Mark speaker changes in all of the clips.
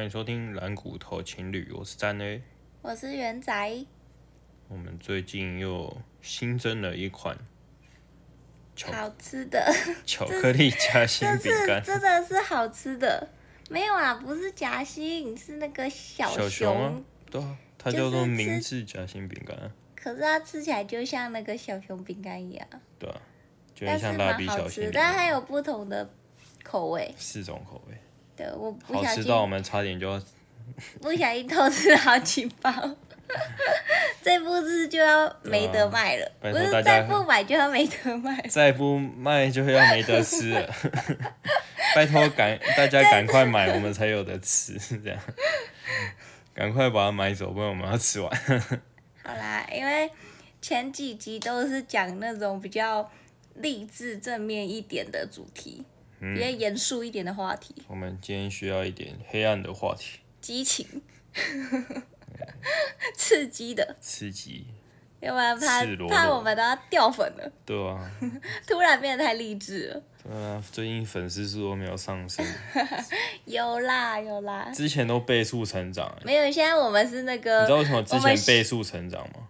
Speaker 1: 迎收听蓝骨头情侣，我是詹 A。
Speaker 2: 我是元仔，
Speaker 1: 我们最近又新增了一款巧
Speaker 2: 好吃 的，
Speaker 1: 巧克力夹心
Speaker 2: 这
Speaker 1: 哦饼
Speaker 2: 次
Speaker 1: 干，
Speaker 2: 真的是好吃的。没有啊，不是夹心，是那个小
Speaker 1: 小熊啊，对啊，它
Speaker 2: 就是
Speaker 1: 叫做
Speaker 2: 吃
Speaker 1: 明治夹心饼干啊，
Speaker 2: 可是它吃起来就像那个小熊饼干一样，
Speaker 1: 对啊，就很
Speaker 2: 但是
Speaker 1: 像蜡
Speaker 2: 蛮
Speaker 1: 笔
Speaker 2: 好
Speaker 1: 小新
Speaker 2: 吃。
Speaker 1: 里
Speaker 2: 但
Speaker 1: 面
Speaker 2: 它有不同的口味，
Speaker 1: 四种口味，
Speaker 2: 对，我不
Speaker 1: 好
Speaker 2: 小
Speaker 1: 吃
Speaker 2: 心
Speaker 1: 到我们差点就要
Speaker 2: 不小心偷吃好几包， 这不吃就要没得卖了，
Speaker 1: 嗯拜
Speaker 2: 不
Speaker 1: 托
Speaker 2: 是
Speaker 1: 大家
Speaker 2: 再不买就要没得卖了。
Speaker 1: 再不卖就要没得吃了。 拜托赶大家赶快买，我们才有得吃，这样。 赶快把它买走，不然我们要吃完。
Speaker 2: 好啦，因为前几集都是讲那种比较励志、正面一点的主题，
Speaker 1: 嗯
Speaker 2: 比较严肃一点的话题，
Speaker 1: 我们今天需要一点黑暗的话题，
Speaker 2: 激情、刺激的，
Speaker 1: 刺激，
Speaker 2: 要不然怕
Speaker 1: 赤裸裸
Speaker 2: 怕我们都要掉粉了。
Speaker 1: 对啊，
Speaker 2: 突然变得太励志了，
Speaker 1: 对啊，最近粉丝数都没有上升，
Speaker 2: 有啦有啦，
Speaker 1: 之前都倍速成长、欸。
Speaker 2: 没有。现在我们是那
Speaker 1: 你知道
Speaker 2: 个，
Speaker 1: 为什么之
Speaker 2: 我们
Speaker 1: 前倍速成长吗？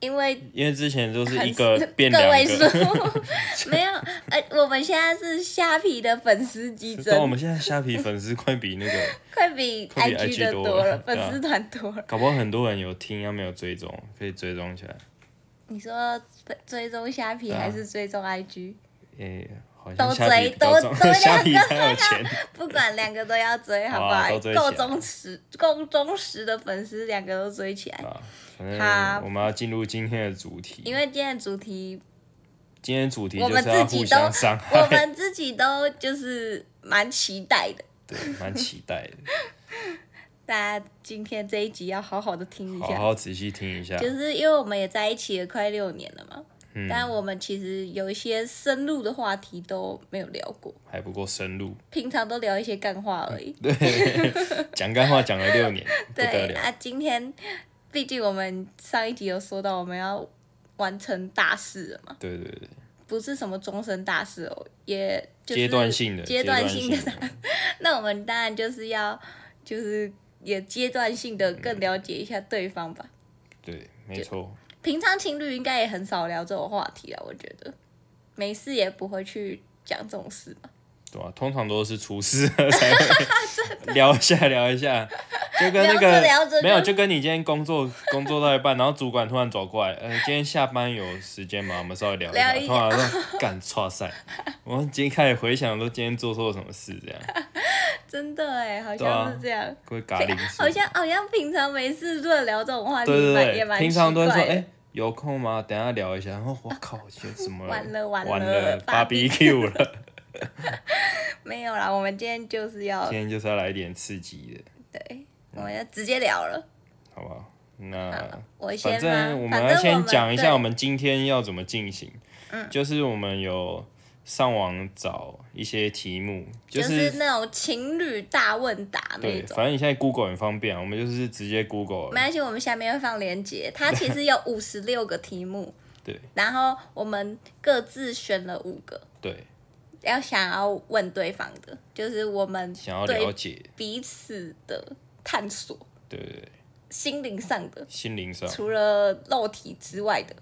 Speaker 2: 因为
Speaker 1: 因为之前就是
Speaker 2: 很
Speaker 1: 一个变
Speaker 2: 个位
Speaker 1: 两个，
Speaker 2: 数，没有。呃，我们现在是虾皮的粉丝激
Speaker 1: 对啊，我
Speaker 2: 增，
Speaker 1: 们现在虾皮粉丝快比那个，
Speaker 2: 快比
Speaker 1: 快比 IG
Speaker 2: IG 的
Speaker 1: 多
Speaker 2: 多
Speaker 1: 了
Speaker 2: 了，粉
Speaker 1: 对啊
Speaker 2: 丝团多了。
Speaker 1: 搞不好很多人有听，他没有追踪，可以追踪起来。
Speaker 2: 你说追踪虾皮
Speaker 1: 对啊
Speaker 2: 还是追踪 IG？、
Speaker 1: 诶、好像
Speaker 2: 都
Speaker 1: 虾皮
Speaker 2: 追
Speaker 1: 比较
Speaker 2: 都
Speaker 1: 重
Speaker 2: 都
Speaker 1: 要 虾
Speaker 2: 两
Speaker 1: 皮
Speaker 2: 个
Speaker 1: 才有 钱，
Speaker 2: 不管两个都要追，好不
Speaker 1: 好啊都追起来
Speaker 2: 够忠实、够忠实的粉丝，两个都追起来。
Speaker 1: 啊，反正
Speaker 2: 好
Speaker 1: 我们要进入今天的主题，
Speaker 2: 因为今天的主 题，
Speaker 1: 今天的主题
Speaker 2: 我
Speaker 1: 就
Speaker 2: 们
Speaker 1: 是要
Speaker 2: 自己
Speaker 1: 互
Speaker 2: 都
Speaker 1: 相伤
Speaker 2: 我
Speaker 1: 害，
Speaker 2: 们自己都就是蛮期待的。
Speaker 1: 对，蛮期待 的，
Speaker 2: 大家今天这一集要好好的听一
Speaker 1: 好
Speaker 2: 下，
Speaker 1: 好仔细听一下，
Speaker 2: 就是因为我们也在一起了快六年了嘛，
Speaker 1: 嗯，
Speaker 2: 但我们其实有一些深入的话题都没有聊过，
Speaker 1: 还不够深入，
Speaker 2: 平常都聊一些干话而已。
Speaker 1: 讲干话讲了六 年，不得
Speaker 2: 对
Speaker 1: 了，
Speaker 2: 啊，今天毕竟我们上一集有说到我们要完成大事了嘛，
Speaker 1: 对对对，
Speaker 2: 不是什么终身大事哦，也就是
Speaker 1: 阶段性的，
Speaker 2: 阶
Speaker 1: 段
Speaker 2: 段性的。 那我们当然就是要就是也阶段性的
Speaker 1: 嗯
Speaker 2: 更了解一下对方吧。
Speaker 1: 对，没错，
Speaker 2: 平常情侣应该也很少聊这种话题啊，我觉得没事也不会去讲这种事嘛。
Speaker 1: 对啊，通常都是厨师啊 才会聊一下聊一下，就跟那个
Speaker 2: 聊着聊着就
Speaker 1: 没有，就跟你今天工作工作到一半，然后主管突然走过来，呃，今天下班有时间吗？我们稍微聊一下。
Speaker 2: 聊一
Speaker 1: 通常说干 哇塞，我们今天开始回想说今天做错了什么事，这样
Speaker 2: 真的哎，好
Speaker 1: 对啊
Speaker 2: 像是这样。
Speaker 1: 会嘎铃声
Speaker 2: 好像好像平常没事就聊这种话题，
Speaker 1: 对对
Speaker 2: 蛮也
Speaker 1: 对，
Speaker 2: 蛮
Speaker 1: 平常都会说
Speaker 2: 奇怪的
Speaker 1: 哎。有空吗？等一下聊一下。然后 我靠，我今天怎么了？
Speaker 2: 完了完了
Speaker 1: 了
Speaker 2: BBQ
Speaker 1: ，BBQ 了。
Speaker 2: 没有啦，我们今天就是要
Speaker 1: 今天就是要来一点刺激的，
Speaker 2: 对，我们要直接聊了。
Speaker 1: 好不好？那
Speaker 2: 我
Speaker 1: 反
Speaker 2: 先吗
Speaker 1: 正我们
Speaker 2: 反
Speaker 1: 要
Speaker 2: 正
Speaker 1: 先讲一下我
Speaker 2: 对嗯
Speaker 1: 们今天要怎么进行，就是我们有上网找一些题目，、
Speaker 2: 就是那种情侣大问答那
Speaker 1: 对，
Speaker 2: 种。
Speaker 1: 反正你现在 Google 很方便啊，我们就是直接 Google
Speaker 2: 没
Speaker 1: 了
Speaker 2: 关系，我们下面会放链接。它其实有五十六个题目，
Speaker 1: 对
Speaker 2: 然后我们各自选了五个，
Speaker 1: 对，
Speaker 2: 要想要问对方的，就是我们
Speaker 1: 想要了
Speaker 2: 对
Speaker 1: 解，
Speaker 2: 彼此的探索，
Speaker 1: 对对对，
Speaker 2: 心灵上的，
Speaker 1: 心灵上
Speaker 2: 除了肉体之外的。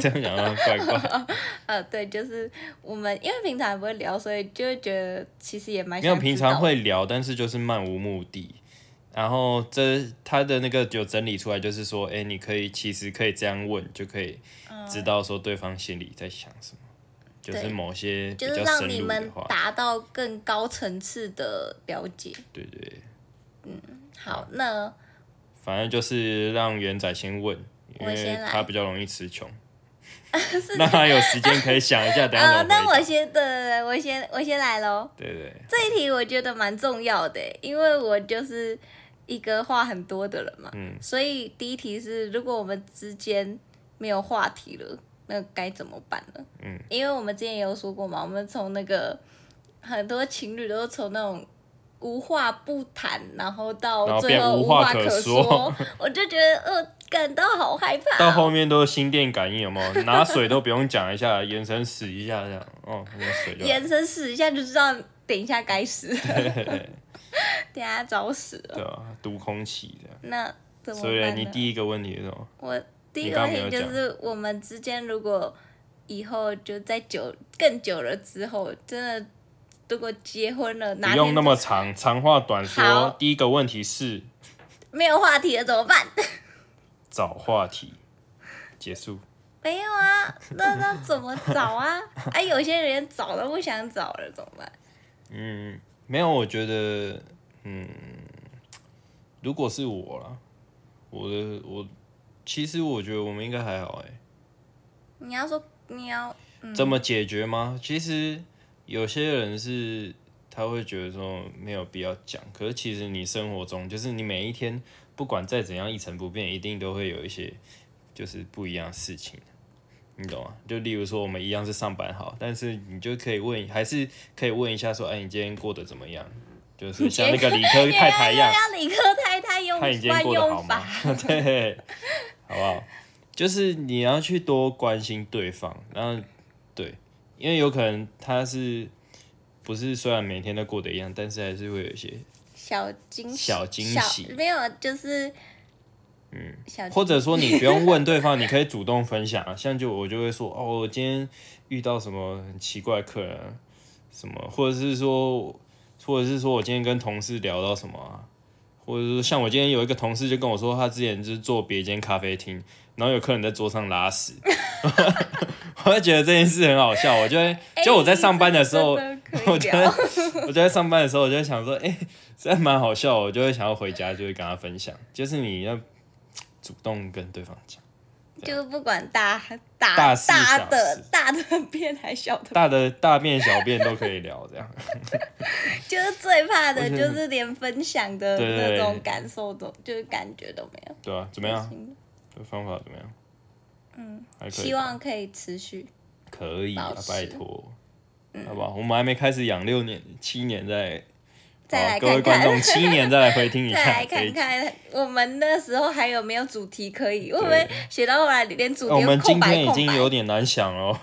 Speaker 1: 这样讲到怪怪，
Speaker 2: 呃，对，就是我们因为平常也不会聊，所以就会觉得其实也蛮
Speaker 1: 没
Speaker 2: 想
Speaker 1: 有平
Speaker 2: 知道
Speaker 1: 常会聊，但是就是漫无目的。然后这他的那个有整理出来，就是说，哎，你可以其实可以这样问，就可以知道说对方心里在想什么，就是
Speaker 2: 嗯对
Speaker 1: 某些比
Speaker 2: 就是
Speaker 1: 较
Speaker 2: 让
Speaker 1: 深
Speaker 2: 你
Speaker 1: 入的
Speaker 2: 们
Speaker 1: 话。
Speaker 2: 达到更高层次的了解。
Speaker 1: 对对，对
Speaker 2: 好，那
Speaker 1: 反正就是让元仔先问，因
Speaker 2: 我
Speaker 1: 为
Speaker 2: 先来
Speaker 1: 他比较容易词 穷，那他有时间可以想一下，等一下
Speaker 2: 啊、呃
Speaker 1: 怎么
Speaker 2: 那我
Speaker 1: 回答。
Speaker 2: 先，对对对，我先我先来喽。
Speaker 1: 对对对，
Speaker 2: 这一题我觉得蛮重要的，因为我就是一个话很多的人嘛，
Speaker 1: 嗯
Speaker 2: 所以第一题是，如果我们之间没有话题了，那该怎么办呢？
Speaker 1: 嗯，
Speaker 2: 因为我们之前也有说过嘛，我们从那个很多情侣都是从那种。无话不谈，然后
Speaker 1: 然后
Speaker 2: 到最
Speaker 1: 变
Speaker 2: 后
Speaker 1: 无
Speaker 2: 无
Speaker 1: 话
Speaker 2: 话
Speaker 1: 可
Speaker 2: 可
Speaker 1: 说
Speaker 2: 说， 我就觉得呃感到好害怕哦、
Speaker 1: 到后面都是心电感应，有没有？拿水都不用讲一下，眼神使一下这样，哦，那水就来
Speaker 2: 眼神使一下就知道，等一下该死。等一下找死了。
Speaker 1: 对啊，读空气这样。
Speaker 2: 那怎么
Speaker 1: 所以嘞
Speaker 2: 办
Speaker 1: 你
Speaker 2: 呢？
Speaker 1: 第一个问题是什么？
Speaker 2: 我第一
Speaker 1: 你
Speaker 2: 个
Speaker 1: 刚
Speaker 2: 问
Speaker 1: 刚没
Speaker 2: 题
Speaker 1: 有
Speaker 2: 就
Speaker 1: 讲
Speaker 2: 是，我们之间如果以后就在久更久了之后，真的如果结婚了，
Speaker 1: 不
Speaker 2: 哪
Speaker 1: 用
Speaker 2: 天
Speaker 1: 那么长，长话短
Speaker 2: 好
Speaker 1: 说。第一个问题是
Speaker 2: 没有话题了怎么办？
Speaker 1: 找话题，结束。
Speaker 2: 没有啊，那那怎么找啊？ 哎、有些人连找都不想找了，怎么办？
Speaker 1: 嗯，没有，我觉得，嗯，如果是我啦，我的我，其实我觉得我们应该还好哎、
Speaker 2: 你要说你要
Speaker 1: 怎么解决吗？其实有些人是他会觉得说没有必要讲，可是其实你生活中就是你每一天不管再怎样一成不变，一定都会有一些就是不一样的事情，你懂吗？就例如说我们一样是上班好，但是你就可以问，还是可以问一下说，哎，你今天过得怎么样？就是像那个理科太太一样，
Speaker 2: 要理科太太用
Speaker 1: 看你今天
Speaker 2: 惯
Speaker 1: 过得好
Speaker 2: 用
Speaker 1: 吗
Speaker 2: 法，？
Speaker 1: 对，好不好？就是你要去多关心对方，然后对，因为有可能他是不是虽然每天都过得一样，但是还是会有一些，
Speaker 2: 小惊喜，
Speaker 1: 小惊喜
Speaker 2: 小没有就是嗯，小
Speaker 1: 或者说你不用问对方，你可以主动分享啊。 像就我就会说，哦，我今天遇到什么很奇怪的客人、啊，什么，或者是说，或者是说我今天跟同事聊到什么啊，或者是说像我今天有一个同事就跟我说，他之前就是做别间咖啡厅，然后有客人在桌上拉屎， 我就觉得这件事很好笑，我 就会就我在上班的时候。
Speaker 2: 哎这个
Speaker 1: 我
Speaker 2: 哎真的可以
Speaker 1: 觉
Speaker 2: 聊
Speaker 1: 得我就在上班的时候，我就会想说，哎、这还蛮好笑的，我就会想要回家，就会跟他分享。就是你要主动跟对方讲，
Speaker 2: 就不管大大
Speaker 1: 大事小
Speaker 2: 大的
Speaker 1: 事
Speaker 2: 大的 变还小的，
Speaker 1: 大的大便小便都可以聊，这样
Speaker 2: 就是最怕的
Speaker 1: 我觉得
Speaker 2: 就是连分享的
Speaker 1: 对对
Speaker 2: 那
Speaker 1: 对
Speaker 2: 种感受都就是感觉都没有。
Speaker 1: 对啊？怎么样？
Speaker 2: 行
Speaker 1: 这方法怎么样？嗯，还可以吧，
Speaker 2: 希望可以持续。
Speaker 1: 可以啊
Speaker 2: 保，持嗯
Speaker 1: 拜托，好不好？我们还没开始养六年、七年再，
Speaker 2: 再来
Speaker 1: 好各位
Speaker 2: 看看
Speaker 1: 观众，七年再来回听一
Speaker 2: 再
Speaker 1: 下
Speaker 2: 来
Speaker 1: 这一
Speaker 2: 看
Speaker 1: 集。
Speaker 2: 看我们那时候还有没有主题可以？会不会写到后来连主
Speaker 1: 哦呃我
Speaker 2: 题
Speaker 1: 们
Speaker 2: 都
Speaker 1: 今
Speaker 2: 空白
Speaker 1: 天已
Speaker 2: 空
Speaker 1: 经
Speaker 2: 白？
Speaker 1: 有点难想了，哦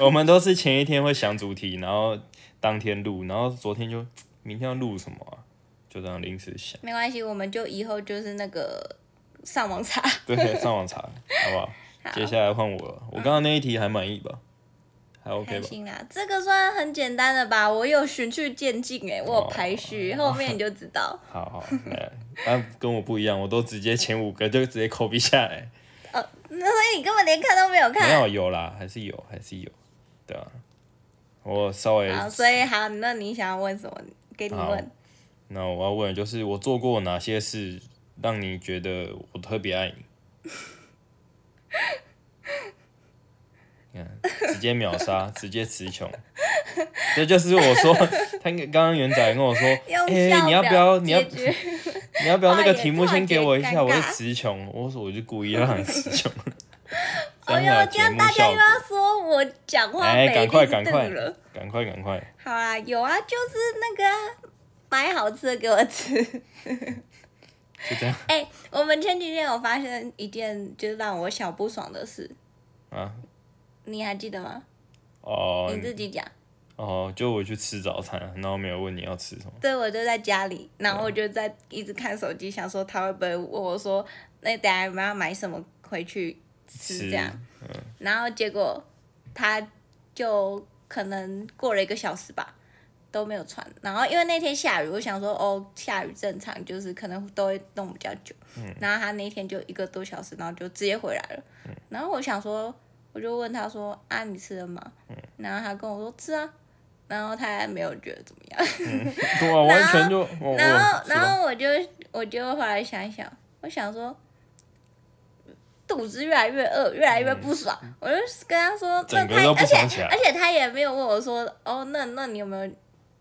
Speaker 1: 我们都是前一天会想主题，然后当天录，然后昨天就明天要录什么啊，就这样临时想，
Speaker 2: 没关系，我们就以后就是那个上网查。
Speaker 1: 对，上网查，好不好？
Speaker 2: 好
Speaker 1: 接下来换我了，我刚刚那一题还满意吧？还 OK
Speaker 2: 开
Speaker 1: 吧？
Speaker 2: 心啦，这个算很简单的吧？我有循序渐进哎、
Speaker 1: 哦
Speaker 2: 我有排序，后面你就知道。
Speaker 1: 好好，来，啊，跟我不一样，我都直接前五个就直接抠鼻下来，
Speaker 2: 哦，那所以你根本连看都没有
Speaker 1: 没
Speaker 2: 看。
Speaker 1: 有有啦，还是有，还是有，对啊，我稍微
Speaker 2: 好，所以好，那你想要问什么？给你问。
Speaker 1: 那我要问的就是，我做过哪些事让你觉得我特别爱你？你看，直接秒杀， 直接词穷。这就是我说，他刚刚元仔跟我说，
Speaker 2: 用
Speaker 1: 哎、
Speaker 2: 笑
Speaker 1: 你要不要，
Speaker 2: 表
Speaker 1: 你要
Speaker 2: 解决
Speaker 1: 你要不要那个
Speaker 2: 化
Speaker 1: 题目
Speaker 2: 解
Speaker 1: 先给我一下，
Speaker 2: 化
Speaker 1: 我
Speaker 2: 解
Speaker 1: 会
Speaker 2: 尴尬
Speaker 1: 词穷。我说我就故意让你词穷。
Speaker 2: 哎
Speaker 1: 样才有
Speaker 2: 呦，这
Speaker 1: 节
Speaker 2: 样
Speaker 1: 目
Speaker 2: 大家
Speaker 1: 效
Speaker 2: 又
Speaker 1: 果
Speaker 2: 要说我讲话
Speaker 1: 哎、
Speaker 2: 没
Speaker 1: 赶快
Speaker 2: 力
Speaker 1: 赶
Speaker 2: 度
Speaker 1: 快
Speaker 2: 了。
Speaker 1: 赶快赶快！
Speaker 2: 好啦，有啊，就是那个啊、买好吃的给我吃。
Speaker 1: 就这样
Speaker 2: 哎、我们前几天有发生一件就是让我小不爽的事，
Speaker 1: 啊，
Speaker 2: 你还记得吗？
Speaker 1: 哦
Speaker 2: 你自己讲。
Speaker 1: 哦，就我去吃早餐，然后没有问你要吃什么。
Speaker 2: 对，我就在家里，然后我就在一直看手机，想说他会不会问我说，那等下我们要买什么回去吃
Speaker 1: 吃
Speaker 2: 这样。然后结果他就可能过了一个小时吧，都没有传。然后因为那天下雨，我想说哦，下雨正常，就是可能都会弄比较久。然后他那天就一个多小时，然后就直接回来了。然后我想说，我就问他说啊，你吃了吗？然后他跟我说吃啊。然后他还没有觉得怎么样，
Speaker 1: 对啊，完全就我我
Speaker 2: 然后
Speaker 1: 是
Speaker 2: 然
Speaker 1: 吧
Speaker 2: 后我就我就后来想一想，我想说肚子越来越饿，越来越不爽，我就跟他说，那
Speaker 1: 嗯整个
Speaker 2: 他
Speaker 1: 都不
Speaker 2: 而且
Speaker 1: 爽起来
Speaker 2: 而且他也没有问我说，哦，那那你有没有，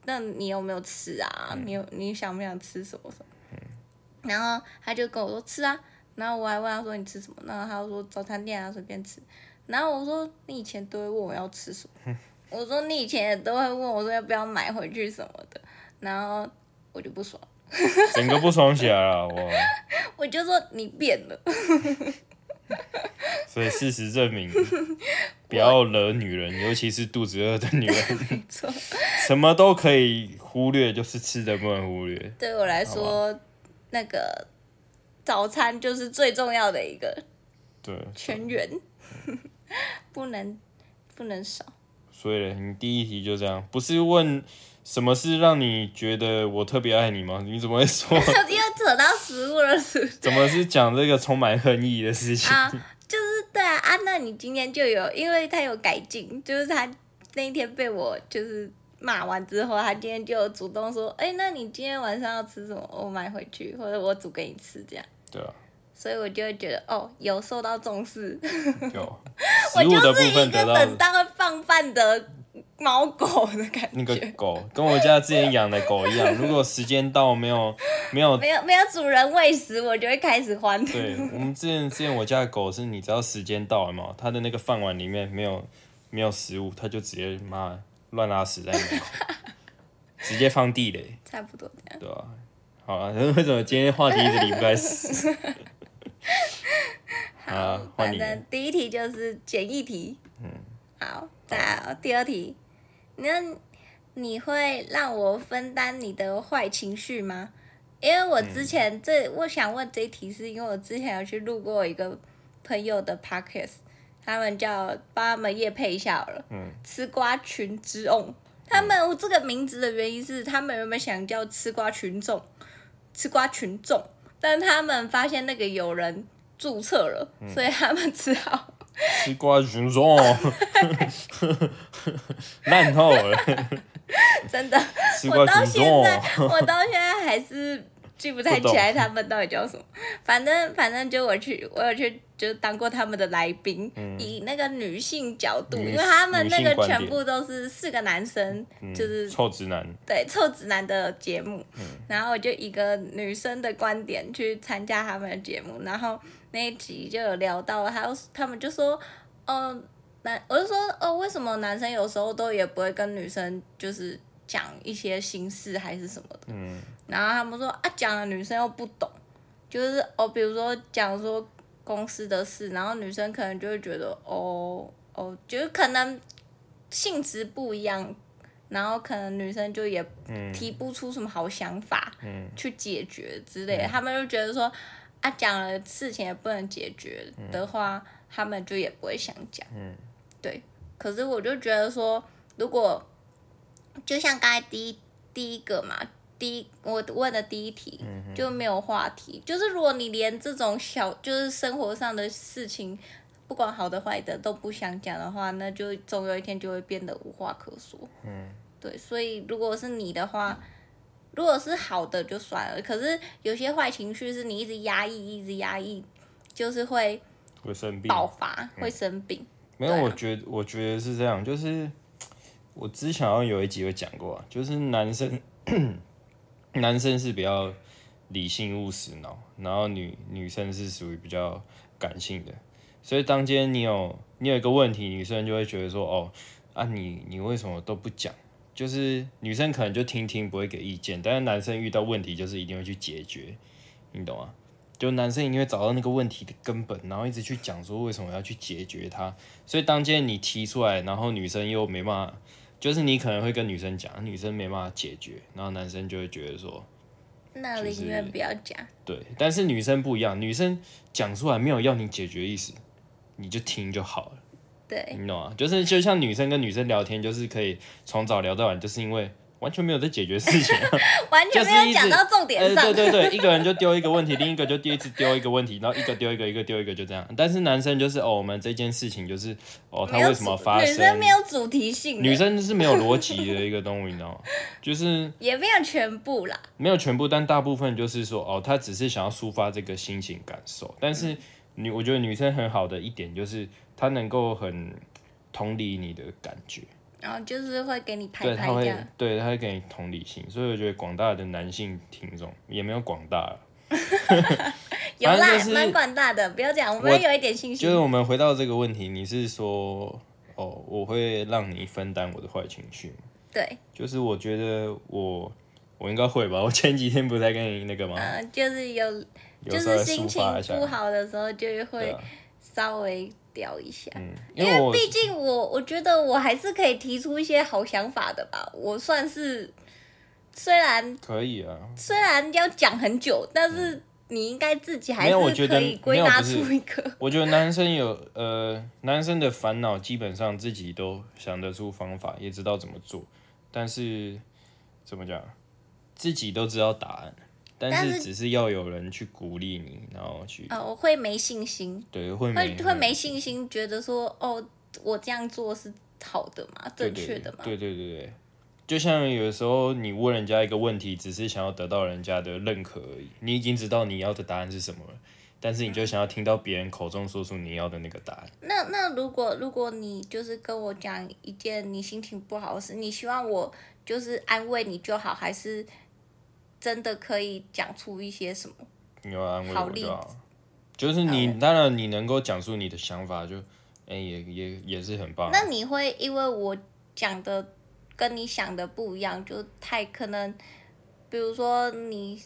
Speaker 2: 那你有没有吃啊？
Speaker 1: 嗯
Speaker 2: 你有你想不想吃什么什么？ 然后他就跟我说吃啊，然后我还问他说你吃什么，然后他就说早餐店啊随便吃，然后我说你以前都会问我要吃什么， 我说你以前也都会问我说要不要买回去什么的，然后我就不爽，
Speaker 1: 整个不爽起来了，我。
Speaker 2: 我就说你变了，
Speaker 1: 所以事实证明，不要惹女人，尤其是肚子饿的女人，
Speaker 2: 没错，
Speaker 1: 什么都可以忽略，就是吃的不能忽略。
Speaker 2: 对我来说，那个早餐就是最重要的一个
Speaker 1: 对，
Speaker 2: 全员， 不能不能少。
Speaker 1: 所以你第一题就这样，不是问什么事让你觉得我特别爱你吗？你怎么会 说？
Speaker 2: 又扯到食物了，是不是
Speaker 1: 怎么是讲这个充满恨意的事情？
Speaker 2: 啊？就是对啊啊，那你今天就有，因为他有改进，就是他那一天被我就是骂完之后，他今天就主动说，哎、那你今天晚上要吃什么？我买回去，或者我煮给你吃这样。
Speaker 1: 对啊，
Speaker 2: 所以我就会觉得，哦，有受到重视，
Speaker 1: 有
Speaker 2: 我
Speaker 1: 食物的
Speaker 2: 就
Speaker 1: 部
Speaker 2: 是一
Speaker 1: 分
Speaker 2: 个
Speaker 1: 得到
Speaker 2: 等到会放饭的猫狗的感觉。
Speaker 1: 那个狗，跟我家之前养的狗一样，如果时间到没有没有
Speaker 2: 没有没有主人喂食，我就会开始欢呼。
Speaker 1: 对，我们之前之前我家的狗是，你只要时间到了嘛，它的那个饭碗里面没有没有食物，它就直接妈乱拉屎在门口， 直接放地雷，
Speaker 2: 差不多这样。
Speaker 1: 对吧、好了， 为什么今天话题一直离不开屎？啊，换
Speaker 2: 反
Speaker 1: 你，
Speaker 2: 正第一题就是简易题。嗯。好，再来第二题，那你会让我分担你的坏情绪吗？因为我
Speaker 1: 嗯
Speaker 2: 之前这，我想问这一题，是因为我之前有去录过一个朋友的 podcast，他们叫帮他们夜配一下好了，
Speaker 1: 嗯，
Speaker 2: 吃瓜群之众。他们我这个名字的原因是，他们原本想叫吃瓜群众，吃瓜群众，但他们发现那个有人注册了，
Speaker 1: 嗯
Speaker 2: 所以他们只好
Speaker 1: 吃瓜群众， 烂透了，
Speaker 2: 真 的，
Speaker 1: 吃瓜
Speaker 2: 我到
Speaker 1: 群
Speaker 2: 现
Speaker 1: 众，
Speaker 2: 在，我到现在还是记不太
Speaker 1: 不懂
Speaker 2: 起来他们到底叫什么。反正反正就我去，我有去就是当过他们的来宾，以那个女性角度，
Speaker 1: 嗯女
Speaker 2: 因为他们那
Speaker 1: 女性
Speaker 2: 个
Speaker 1: 观点嗯
Speaker 2: 全部都是四个男生，就是
Speaker 1: 臭直男，
Speaker 2: 对臭直男的节目，然后我就以一个女生的观点去参加他们的节目，然后那一集就有聊到，还有他们就说，哦，男，我就说，哦，为什么男生有时候都也不会跟女生就是讲一些心事还是什么的，
Speaker 1: 嗯，
Speaker 2: 然后他们说啊，讲了女生又不懂，就是哦，比如说讲说公司的事，然后女生可能就会觉得哦哦，就是可能性质不一样，然后可能女生就也提不出什么好想法，
Speaker 1: 嗯
Speaker 2: 去解决之类的，他们就觉得说啊，讲了事情也不能解决的话，他们就也不会想讲，
Speaker 1: 嗯
Speaker 2: 对。可是我就觉得说，如果就像刚才第一第一个嘛，第一我问的第一题、
Speaker 1: 嗯
Speaker 2: 就没有话题，就是如果你连这种小就是生活上的事情，不管好的坏的都不想讲的话，那就总有一天就会变得无话可说。嗯，对，所以如果是你的话，如果是好的就算了，可是有些坏情绪是你一直压抑，一直压抑，就是会
Speaker 1: 会生病，嗯
Speaker 2: 爆发，会生病。
Speaker 1: 没有，
Speaker 2: 对啊
Speaker 1: 我觉得我觉得是这样，就是我之前好像有一集有讲过、啊，就是男生 男生是比较理性务实脑，然后女女生是属于比较感性的，所以当今天你有你有一个问题，女生就会觉得说哦啊你你为什么都不讲？就是女生可能就听听不会给意见，但是男生遇到问题就是一定会去解决，你懂吗？就男生一定会找到那个问题的根本，然后一直去讲说为什么要去解决它，所以当今天你提出来，然后女生又没办法，就是你可能会跟女生讲，女生没办法解决，然后男生就会觉得说，
Speaker 2: 那
Speaker 1: 就是
Speaker 2: 宁愿不要讲，
Speaker 1: 对，但是女生不一样，女生讲出来没有要你解决意思，你就听就好了，
Speaker 2: 对
Speaker 1: 你懂吗？就是就像女生跟女生聊天，就是可以从早聊到晚，就是因为完全没有在解决事情、啊，
Speaker 2: 完全没有讲到重 点
Speaker 1: 哎
Speaker 2: 上。
Speaker 1: 对对对，一个人就丢一个问题，另一个就第一次丢一个问题，然后一个丢一个，一个丢一个，就这样。但是男生就是哦，我们这件事情就是哦，它
Speaker 2: 没有
Speaker 1: 为什么
Speaker 2: 主
Speaker 1: 发
Speaker 2: 女生
Speaker 1: 生
Speaker 2: 没？有主题性的，
Speaker 1: 女生是没有逻辑的一个动物，你知道 吗？就是
Speaker 2: 也没有全部啦。
Speaker 1: 没有全部，但大部分就是说，哦，她只是想要抒发这个心情感受。但
Speaker 2: 嗯
Speaker 1: 是女，我觉得女生很好的一点就是她能够很同理你的感觉，
Speaker 2: 然后就是会给你拍
Speaker 1: 对，
Speaker 2: 拍
Speaker 1: 她
Speaker 2: 这
Speaker 1: 会
Speaker 2: 样，，
Speaker 1: 对，她会给你同理心。所以我觉得广大的男性听众也没有广大了，
Speaker 2: 有
Speaker 1: 反
Speaker 2: 啦
Speaker 1: 正就，是
Speaker 2: 蛮广大的，不要讲，我
Speaker 1: 我
Speaker 2: 们有一点信
Speaker 1: 就是
Speaker 2: 心。
Speaker 1: 我们回到这个问题，你是说，哦，我会让你分担我的坏情绪吗？
Speaker 2: 对，
Speaker 1: 就是我觉得我我应该会吧，我前几天不是在跟你那个吗？
Speaker 2: 嗯、就是有，
Speaker 1: 有
Speaker 2: 就
Speaker 1: 时候
Speaker 2: 是
Speaker 1: 来
Speaker 2: 心
Speaker 1: 抒
Speaker 2: 情
Speaker 1: 发一下，
Speaker 2: 不好的时候，就
Speaker 1: 对
Speaker 2: 会
Speaker 1: 啊，
Speaker 2: 稍微掉一下。
Speaker 1: 嗯，
Speaker 2: 因
Speaker 1: 因为我
Speaker 2: 毕竟我我觉得我还是可以提出一些好想法的吧。我算是虽然
Speaker 1: 可以啊，
Speaker 2: 虽然要讲很久，但是你应该自己
Speaker 1: 嗯
Speaker 2: 还
Speaker 1: 没有我
Speaker 2: 是
Speaker 1: 觉
Speaker 2: 可
Speaker 1: 得
Speaker 2: 以归
Speaker 1: 没有
Speaker 2: 纳
Speaker 1: 不是
Speaker 2: 出一个。
Speaker 1: 我觉得男生有呃，男生的烦恼基本上自己都想得出方法，也知道怎么做，但是怎么讲，自己都知道答案，但
Speaker 2: 但
Speaker 1: 是
Speaker 2: 是
Speaker 1: 只是要有人去鼓励你，然后去、
Speaker 2: 呃，我会没信心，
Speaker 1: 对嗯会
Speaker 2: 会
Speaker 1: 没
Speaker 2: 会没信心，觉得说哦，我这样做是好的嘛，
Speaker 1: 对
Speaker 2: 正确的嘛。
Speaker 1: 对对对对对，就像有时候你问人家一个问题，只是想要得到人家的认可而已，你已经知道你要的答案是什么了，但是你
Speaker 2: 嗯
Speaker 1: 就想要听到别人口中说出你要的那个答案。
Speaker 2: 那那如果如果你就是跟我讲一件你心情不好的事，你希望我就是安慰你就好，还是真的可以讲出一些什么？
Speaker 1: 你有啊安慰
Speaker 2: 好
Speaker 1: 我
Speaker 2: 例
Speaker 1: 就
Speaker 2: 子
Speaker 1: 好。就是你，当然你能够讲述你的想法，就哎、也也也是很棒。啊
Speaker 2: 那你会因为我讲的跟你想的不一样，就太可能，比如说你，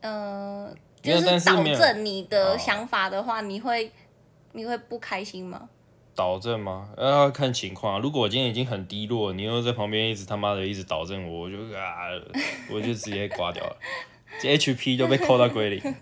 Speaker 2: 呃，
Speaker 1: 没
Speaker 2: 就
Speaker 1: 有但是
Speaker 2: 导
Speaker 1: 没有
Speaker 2: 正你
Speaker 1: 哦
Speaker 2: 的想法的话，你会你会不开心吗？
Speaker 1: 导正吗？要看情况啊、如果我今天已经很低落，你又在旁边一直他妈的一直导正我，我就啊， 我就直接挂掉了。这 HP 就被扣到归零。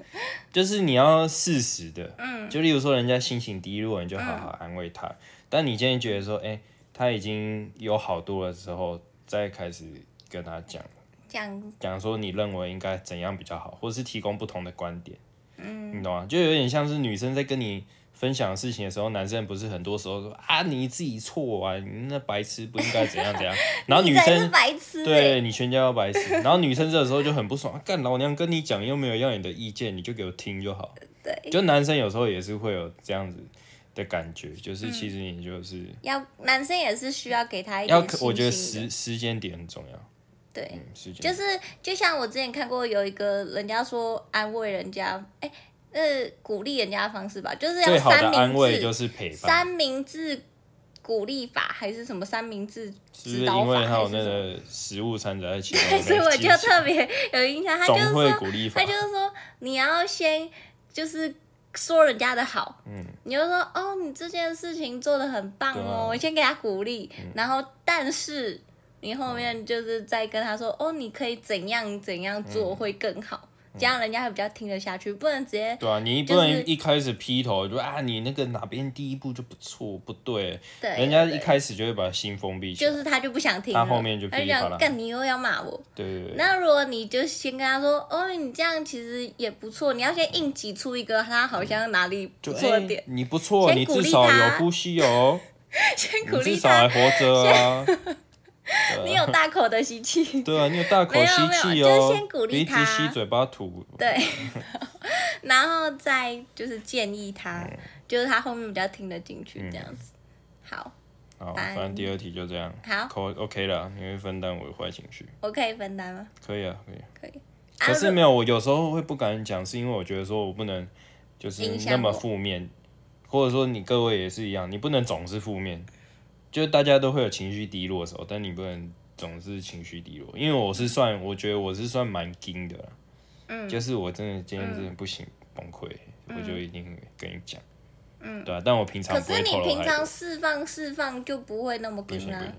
Speaker 1: 就是你要适时的，嗯，就例如说人家心情低落，你就好好
Speaker 2: 嗯
Speaker 1: 安慰他。但你今天觉得说，哎、他已经有好多了之后，再开始跟他讲。
Speaker 2: 这样
Speaker 1: 讲说你认为应该怎样比较好，或者是提供不同的观点。嗯，你懂吗？就有点像是女生在跟你分享事情的时候，男生不是很多时候说啊你自己错啊，你那白痴不应该怎样怎 样，然啊后女
Speaker 2: 你才是
Speaker 1: 生。
Speaker 2: 白痴、欸，
Speaker 1: 对你全家要白痴，然后女生这个时候就很不爽，啊干、老娘跟你讲又没有要你的意见，你就给我听就好。
Speaker 2: 对，
Speaker 1: 就男生有时候也是会有这样子的感觉，就是其实你就是、
Speaker 2: 要男生也是需要嗯给他一
Speaker 1: 要
Speaker 2: 点
Speaker 1: 可，
Speaker 2: 信
Speaker 1: 我觉得
Speaker 2: 心的
Speaker 1: 时时间点很重要，
Speaker 2: 对。
Speaker 1: 嗯，时间
Speaker 2: 就
Speaker 1: 点
Speaker 2: 是就像我之前看过有一个人家说安慰人家，哎、呃，鼓励人家的方式吧，就是要
Speaker 1: 最好
Speaker 2: 三
Speaker 1: 的
Speaker 2: 明治，
Speaker 1: 安慰就是陪伴。
Speaker 2: 三明治鼓励法还是什么三明治
Speaker 1: 是
Speaker 2: 指导
Speaker 1: 因
Speaker 2: 法
Speaker 1: 为他
Speaker 2: 还
Speaker 1: 有
Speaker 2: 是
Speaker 1: 那
Speaker 2: 什么？
Speaker 1: 个食物掺杂在其中，
Speaker 2: 对，所以我就特别有印象，他就是
Speaker 1: 总会
Speaker 2: 说，
Speaker 1: 鼓励法
Speaker 2: 他，就是说你要先就是说人家的好，
Speaker 1: 嗯，
Speaker 2: 你就说哦，你这件事情做的很棒
Speaker 1: 对啊，
Speaker 2: 哦
Speaker 1: 嗯
Speaker 2: 我先给他鼓励，然后但是你后面就是再跟他说哦，你可以怎样怎样做会更好，
Speaker 1: 嗯
Speaker 2: 这样人家会比较听得下去，不能直接
Speaker 1: 对啊，你不
Speaker 2: 就是
Speaker 1: 能一开始劈头就啊，你那个哪边第一步就不错，不对，
Speaker 2: 对
Speaker 1: 人家
Speaker 2: 对
Speaker 1: 一开始就会把心封闭起
Speaker 2: 就
Speaker 1: 来，
Speaker 2: 是他就不想听
Speaker 1: 他
Speaker 2: 了，
Speaker 1: 后面就噼
Speaker 2: 他就
Speaker 1: 里啪啦
Speaker 2: 想干你又要骂我。
Speaker 1: 对对对，
Speaker 2: 那如果你就先跟他说哦，你这样其实也不错，你要先硬挤出一个他好像哪里不
Speaker 1: 就
Speaker 2: 错的
Speaker 1: 哎
Speaker 2: 点，
Speaker 1: 你不错，
Speaker 2: 先
Speaker 1: 你
Speaker 2: 鼓
Speaker 1: 至
Speaker 2: 励
Speaker 1: 少有
Speaker 2: 他
Speaker 1: 呼吸哦，
Speaker 2: 先 鼓
Speaker 1: 你至
Speaker 2: 励
Speaker 1: 少啊还
Speaker 2: 他，
Speaker 1: 活着啊，
Speaker 2: 你有大口的吸 气。
Speaker 1: 对啊，你有大口
Speaker 2: 没有
Speaker 1: 吸
Speaker 2: 没有
Speaker 1: 气
Speaker 2: 就
Speaker 1: 哦，
Speaker 2: 先鼓励
Speaker 1: 鼻子
Speaker 2: 他
Speaker 1: 吸，嘴巴吐，
Speaker 2: 对，然后再就是建议他，就是他后面比较听得进去这样子。
Speaker 1: 嗯
Speaker 2: 好，
Speaker 1: 好，
Speaker 2: 拜
Speaker 1: 反正第二题就这样，
Speaker 2: 好
Speaker 1: 口 OK 了，你会分担我的坏情绪，
Speaker 2: 我可以分担吗？
Speaker 1: 可以啊，可以。
Speaker 2: 可以。啊
Speaker 1: 可是
Speaker 2: 如
Speaker 1: 没有，我有时候会不敢讲，是因为我觉得说我不能就是
Speaker 2: 影响
Speaker 1: 那么
Speaker 2: 我
Speaker 1: 负面，或者说你各位也是一样，你不能总是负面，就是大家都会有情绪低落的时候，但你不能总是情绪低落，因为我是算，我觉得我是算蛮硬的啦，嗯，就是我真的今天
Speaker 2: 嗯
Speaker 1: 真的不行，崩溃，我就一定跟你讲，嗯，对啊，但我平常
Speaker 2: 可
Speaker 1: 不会
Speaker 2: 是你
Speaker 1: 透露
Speaker 2: 平
Speaker 1: 太
Speaker 2: 常
Speaker 1: 多，
Speaker 2: 释放释放就不会那么
Speaker 1: 不行不
Speaker 2: 硬
Speaker 1: 行
Speaker 2: 啊，，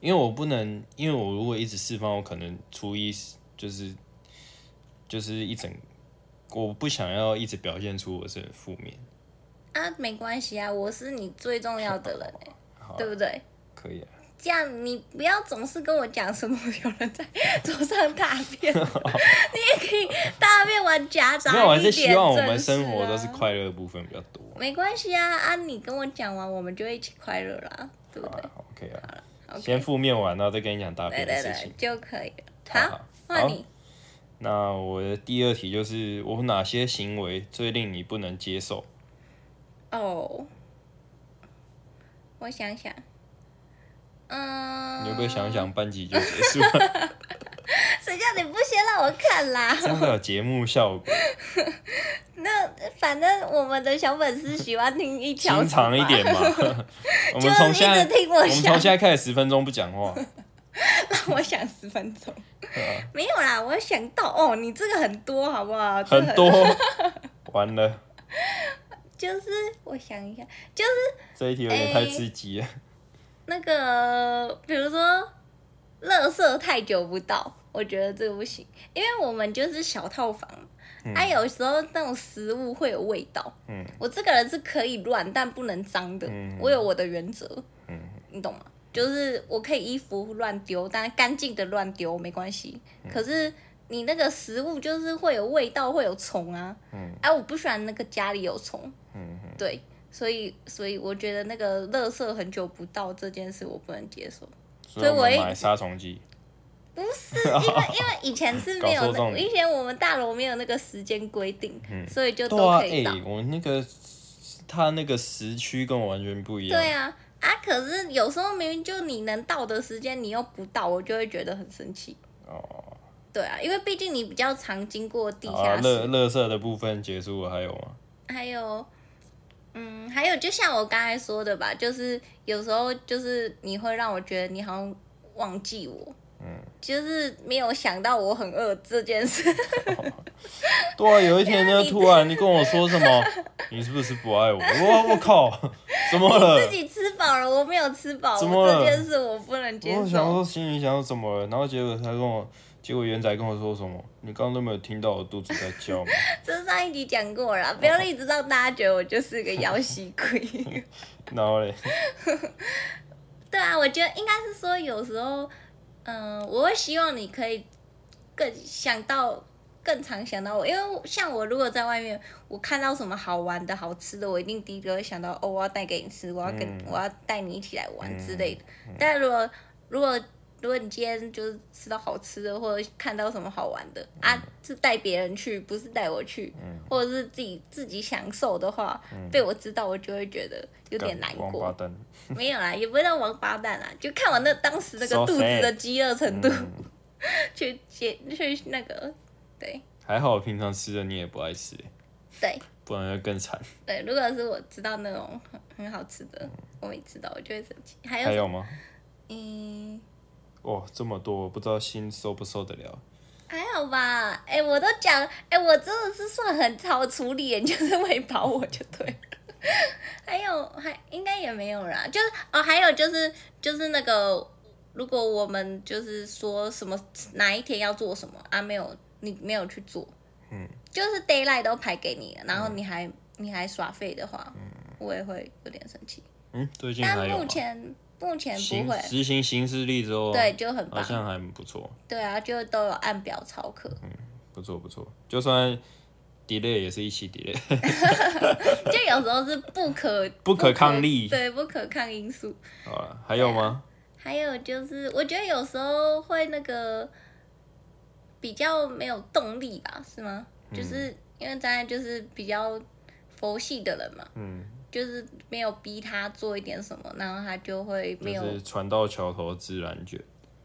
Speaker 1: 因为我不能，因为我如果一直释放，我可能初一就是就是一整，我不想要一直表现出我是很负面。
Speaker 2: 啊没关系啊，我是你最重要的人、欸，
Speaker 1: 好啊，
Speaker 2: 对不对？
Speaker 1: 可以啊。
Speaker 2: 这样你不要总是跟我讲什么有人在桌上大 便，你也可以大便完夹杂一点正事啊。
Speaker 1: 没有，我还是希望我们生活都是快乐的部分比较多。
Speaker 2: 没关系啊，啊，你跟我讲完，我们就一起快乐啦，对不
Speaker 1: 好
Speaker 2: 对
Speaker 1: 啊，OK 啊，
Speaker 2: ？OK，
Speaker 1: 先负面完，然后再跟你讲大
Speaker 2: 对
Speaker 1: 便的
Speaker 2: 对
Speaker 1: 事
Speaker 2: 对
Speaker 1: 情，。
Speaker 2: 就可以了。
Speaker 1: 好
Speaker 2: 好
Speaker 1: 好，
Speaker 2: 换
Speaker 1: 好
Speaker 2: 你。
Speaker 1: 那我的第二题就是，我哪些行为最令你不能接受？
Speaker 2: 哦，我想想，嗯，
Speaker 1: 你会不会想想班级就结束了？
Speaker 2: 谁叫你不先让我看啦？
Speaker 1: 这样才有节目效果。
Speaker 2: 反正我们的小粉丝喜欢听一条，
Speaker 1: 清长一点。嘛。 我
Speaker 2: 就
Speaker 1: 们
Speaker 2: 是
Speaker 1: 从
Speaker 2: 一
Speaker 1: 现
Speaker 2: 直
Speaker 1: 在，
Speaker 2: 听
Speaker 1: 我
Speaker 2: 我
Speaker 1: 们从
Speaker 2: 想
Speaker 1: 现，在开始十分钟不讲 话。
Speaker 2: 让 我想十分钟。
Speaker 1: 对啊
Speaker 2: 没有啦，我想到哦，你这个很多好不好？这个
Speaker 1: 很多，完了，
Speaker 2: 就是我想一下，
Speaker 1: 这一题有点太刺激了。
Speaker 2: 那个，比如说，垃圾太久不到，我觉得这个不行，因为我们就是小套房，啊，有时候那种食物会有味道。
Speaker 1: 嗯，
Speaker 2: 我这个人是可以乱，但不能脏的，
Speaker 1: 嗯
Speaker 2: 我有我的原则。
Speaker 1: 嗯，
Speaker 2: 你懂吗？就是我可以衣服乱丢，但干净的乱丢没关系。
Speaker 1: 嗯
Speaker 2: 可是你那个食物就是会有味道，会有虫啊。
Speaker 1: 嗯，
Speaker 2: 哎、我不喜欢那个家里有虫。
Speaker 1: 嗯嗯
Speaker 2: 对，所以所以我觉得那个垃圾很久不到这件事我不能接受，
Speaker 1: 所以我 们
Speaker 2: 所以我一
Speaker 1: 买杀虫剂。
Speaker 2: 因为因为以前是没
Speaker 1: 搞
Speaker 2: 有
Speaker 1: 错重
Speaker 2: 那，
Speaker 1: 点
Speaker 2: 以前我们大楼没有那个时间规定，所以就
Speaker 1: 对
Speaker 2: 都
Speaker 1: 啊，
Speaker 2: 可
Speaker 1: 哎、
Speaker 2: 以倒。
Speaker 1: 我那个他那个时区跟我完全不一样。
Speaker 2: 对啊啊！可是有时候明明就你能到的时间，你又不到，我就会觉得很生气。
Speaker 1: 哦，
Speaker 2: 对啊，因为毕竟你比较常经过地
Speaker 1: 好
Speaker 2: 下
Speaker 1: 啊，
Speaker 2: 室，
Speaker 1: 乐乐色的部分结束了，还有吗？
Speaker 2: 还有，嗯，还有就像我刚才说的吧，就是有时候就是你会让我觉得你好像忘记我，嗯，就是没有想到我很饿这件事。
Speaker 1: 对啊，有一天呢，突然你跟我说什 么，你是不是不爱我？我我靠，怎么
Speaker 2: 自
Speaker 1: 了？
Speaker 2: 己吃饱了，我没有吃饱，
Speaker 1: 怎么了
Speaker 2: 这件事我不能接
Speaker 1: 我想
Speaker 2: 受。
Speaker 1: 说心里想说怎么了，然后结果他跟我，结果元仔跟我说什么？你刚刚都没有听到我肚子在叫 吗？
Speaker 2: 这上一集讲过了，不要一直让大家觉得我就 是个妖西鬼。
Speaker 1: 然后嘞，
Speaker 2: 对啊，我觉得应该是说有时候，嗯、我会希望你可以更想到。更常想到我，因为像我如果在外面，我看到什么好玩的、好吃的，我一定第一个会想到哦，我要带给你吃，我要跟、
Speaker 1: 嗯
Speaker 2: 我要带你一起来玩之类的。但如果如果如果你今天就是吃到好吃的，或者看到什么好玩的、啊，是带别人去，不是带我去，或者是自己自己享受的话，被我知道，我就会觉得有点难
Speaker 1: 干王
Speaker 2: 过。
Speaker 1: 八蛋。
Speaker 2: 没有啦，啊也不会到王八蛋啦，就看我那当时那个
Speaker 1: So
Speaker 2: 肚子
Speaker 1: sad
Speaker 2: 的饥饿程度，
Speaker 1: 嗯，
Speaker 2: 去解去那个，对
Speaker 1: 还好我平常吃的你也不爱吃，
Speaker 2: 对
Speaker 1: 不然会更惨。
Speaker 2: 对，如果是我知道那种很很好吃的，我每次到哎我就会生气。还
Speaker 1: 嗯
Speaker 2: 有
Speaker 1: 还
Speaker 2: 什么
Speaker 1: 有吗？
Speaker 2: 嗯，
Speaker 1: 哦，这么多，我不知道心受不受得了。
Speaker 2: 还好吧，哎、我都讲，哎、我真的是算很好处理， 你就是喂饱我就对了。 还有还应该也没有啦，就是哦，还有就是就是那个，如果我们就是说什么哪一天要做什么啊，没有你没有去做，
Speaker 1: 嗯，
Speaker 2: 就是 d a y l i g h t 都排给你了，然后你还、你还耍废的话，我也会有点生气。
Speaker 1: 嗯，最近还
Speaker 2: 但
Speaker 1: 有
Speaker 2: 目
Speaker 1: 吗？
Speaker 2: 前目前
Speaker 1: 行
Speaker 2: 不会，
Speaker 1: 执行行事力之后，
Speaker 2: 对，，就很
Speaker 1: 好
Speaker 2: 棒，
Speaker 1: 像还不错，
Speaker 2: 对啊，就都有按表操课。
Speaker 1: 不错不错。就算 delay 也是一起 delay，
Speaker 2: 就有时候是不可
Speaker 1: 不可抗力
Speaker 2: 对不可抗因素。
Speaker 1: 好了，还有吗？
Speaker 2: 还有就是，我觉得有时候会那个比较没有动力吧，是吗？
Speaker 1: 嗯
Speaker 2: 就是因为咱俩就是比较佛系的人嘛，
Speaker 1: 嗯，
Speaker 2: 就是没有逼他做一点什么，然后他就会
Speaker 1: 就
Speaker 2: 啊没有
Speaker 1: 是船到桥头自然卷。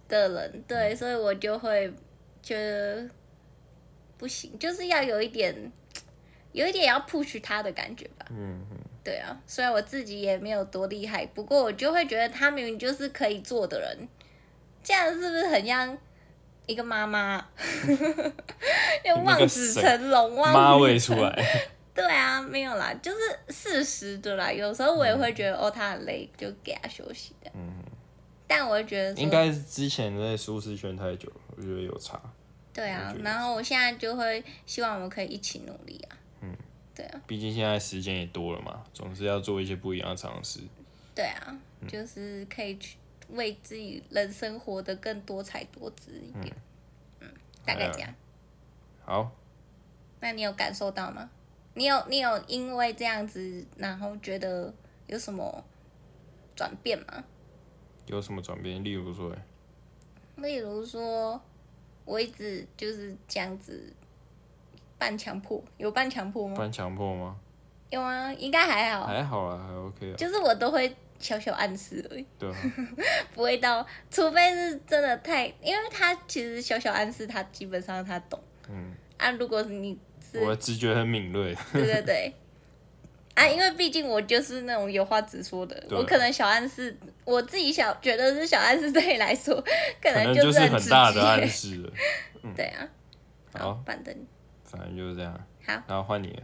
Speaker 2: 的人，
Speaker 1: 嗯
Speaker 2: 对，所以我就会觉得不行，就是要有一点，有一点要 push 他的感觉吧。
Speaker 1: 嗯
Speaker 2: 对啊，虽然我自己也没有多厉害，不过我就会觉得他明明就是可以做的人，这样是不是很像一个妈妈？ 就望子成龙，望子
Speaker 1: 妈喂出 来，
Speaker 2: 对啊，没有啦，就是事实的啦。有时候我也会觉得、哦，他很累，就给他休息的。
Speaker 1: 嗯，
Speaker 2: 但我会觉得说
Speaker 1: 应该是之前在舒适圈太久了，我觉得有差。
Speaker 2: 对啊
Speaker 1: 我觉，得
Speaker 2: 然后我现在就会希望我们可以一起努力啊。嗯，对啊，
Speaker 1: 毕竟现在时间也多了嘛，总是要做一些不一样的尝试。
Speaker 2: 对啊，就是可以去为自己人生活得更多彩多姿一点。嗯，大概这样。
Speaker 1: 好，
Speaker 2: 那你有感受到吗？你有你有因为这样子，然后觉得有什么转变吗？
Speaker 1: 有什么转变？例如说，
Speaker 2: 例如说，我一直就是这样子半强迫，有半强迫吗？
Speaker 1: 搬强迫吗？
Speaker 2: 有啊，应该还好，
Speaker 1: 还好啦，还 OK 啊。
Speaker 2: 就是我都会小小暗示而已。
Speaker 1: 对啊，
Speaker 2: 不会到，除非是真的太，因为他其实小小暗示他基本上他懂
Speaker 1: 嗯，
Speaker 2: 啊。如果你是
Speaker 1: 我的直觉很敏锐。
Speaker 2: 对 对对，啊，因为毕竟我就是那种有话直说的，
Speaker 1: 对
Speaker 2: 我可能小暗示我自己小觉得是小暗示对你 来说，可
Speaker 1: 可能
Speaker 2: 就
Speaker 1: 就是
Speaker 2: 很
Speaker 1: 很
Speaker 2: 直
Speaker 1: 大的
Speaker 2: 接
Speaker 1: 暗示了。
Speaker 2: 对啊，
Speaker 1: 好，
Speaker 2: 反正
Speaker 1: 反正就是这样。
Speaker 2: 好，嗯
Speaker 1: 然后换你了，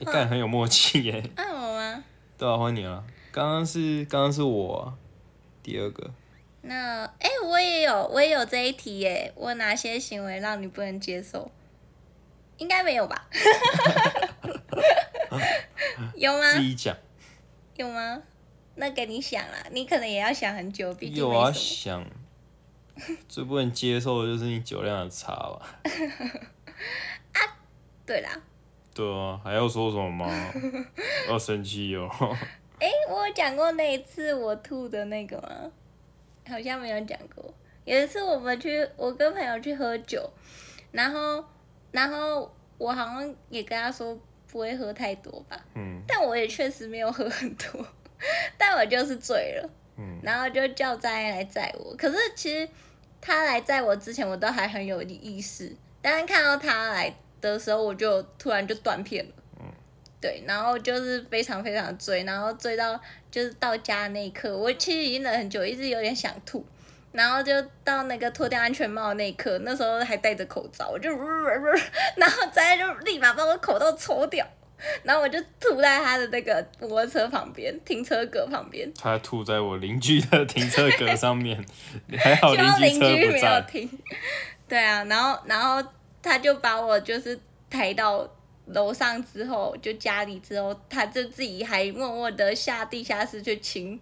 Speaker 1: 欸干、很有默契耶。
Speaker 2: 按我吗？
Speaker 1: 对啊，欢迎你啊！刚刚是刚刚是我啊、第二个，
Speaker 2: 那哎、我也有，我也有这一题耶。我哪些行为让你不能接受？应该没 有吧？有吗？
Speaker 1: 自己讲。
Speaker 2: 有吗？那给你想啦，你可能也要想很久，毕竟
Speaker 1: 有啊，
Speaker 2: 没什么。
Speaker 1: 想最不能接受的就是你酒量很差吧？
Speaker 2: 对啦，
Speaker 1: 对啊，还要说什么 吗？要生气哦。
Speaker 2: 哎、我有讲过那一次我吐的那个吗？好像没有讲过。有一次我们去，我跟朋友去喝酒，然后，然后我好像也跟他说不会喝太多吧，
Speaker 1: 嗯
Speaker 2: 但我也确实没有喝很多， 但我就是醉了，
Speaker 1: 嗯，
Speaker 2: 然后就叫张爱来载我。可是其实他来载我之前，我都还很有意识，但是看到他来的时候，我就突然就断片了。
Speaker 1: 嗯
Speaker 2: 对，然后就是非常非常醉，然后醉到就是到家那一刻，我其实已经忍很久，一直有点想吐。然后就到那个脱掉安全帽的那一刻，那时候还戴着口罩，我就， 然后张爱就立马把我口罩抽掉，然后我就吐在他的那个摩托车旁边，停车格旁边。
Speaker 1: 他吐在我邻居的停车格上 面，还好
Speaker 2: 希望
Speaker 1: 哦邻
Speaker 2: 邻
Speaker 1: 居
Speaker 2: 居
Speaker 1: 车不
Speaker 2: 没有
Speaker 1: 在。
Speaker 2: 听。对啊，然后然后他就把我就是抬到楼上之后，就家里之后，他就自己还默默的下地下室去亲，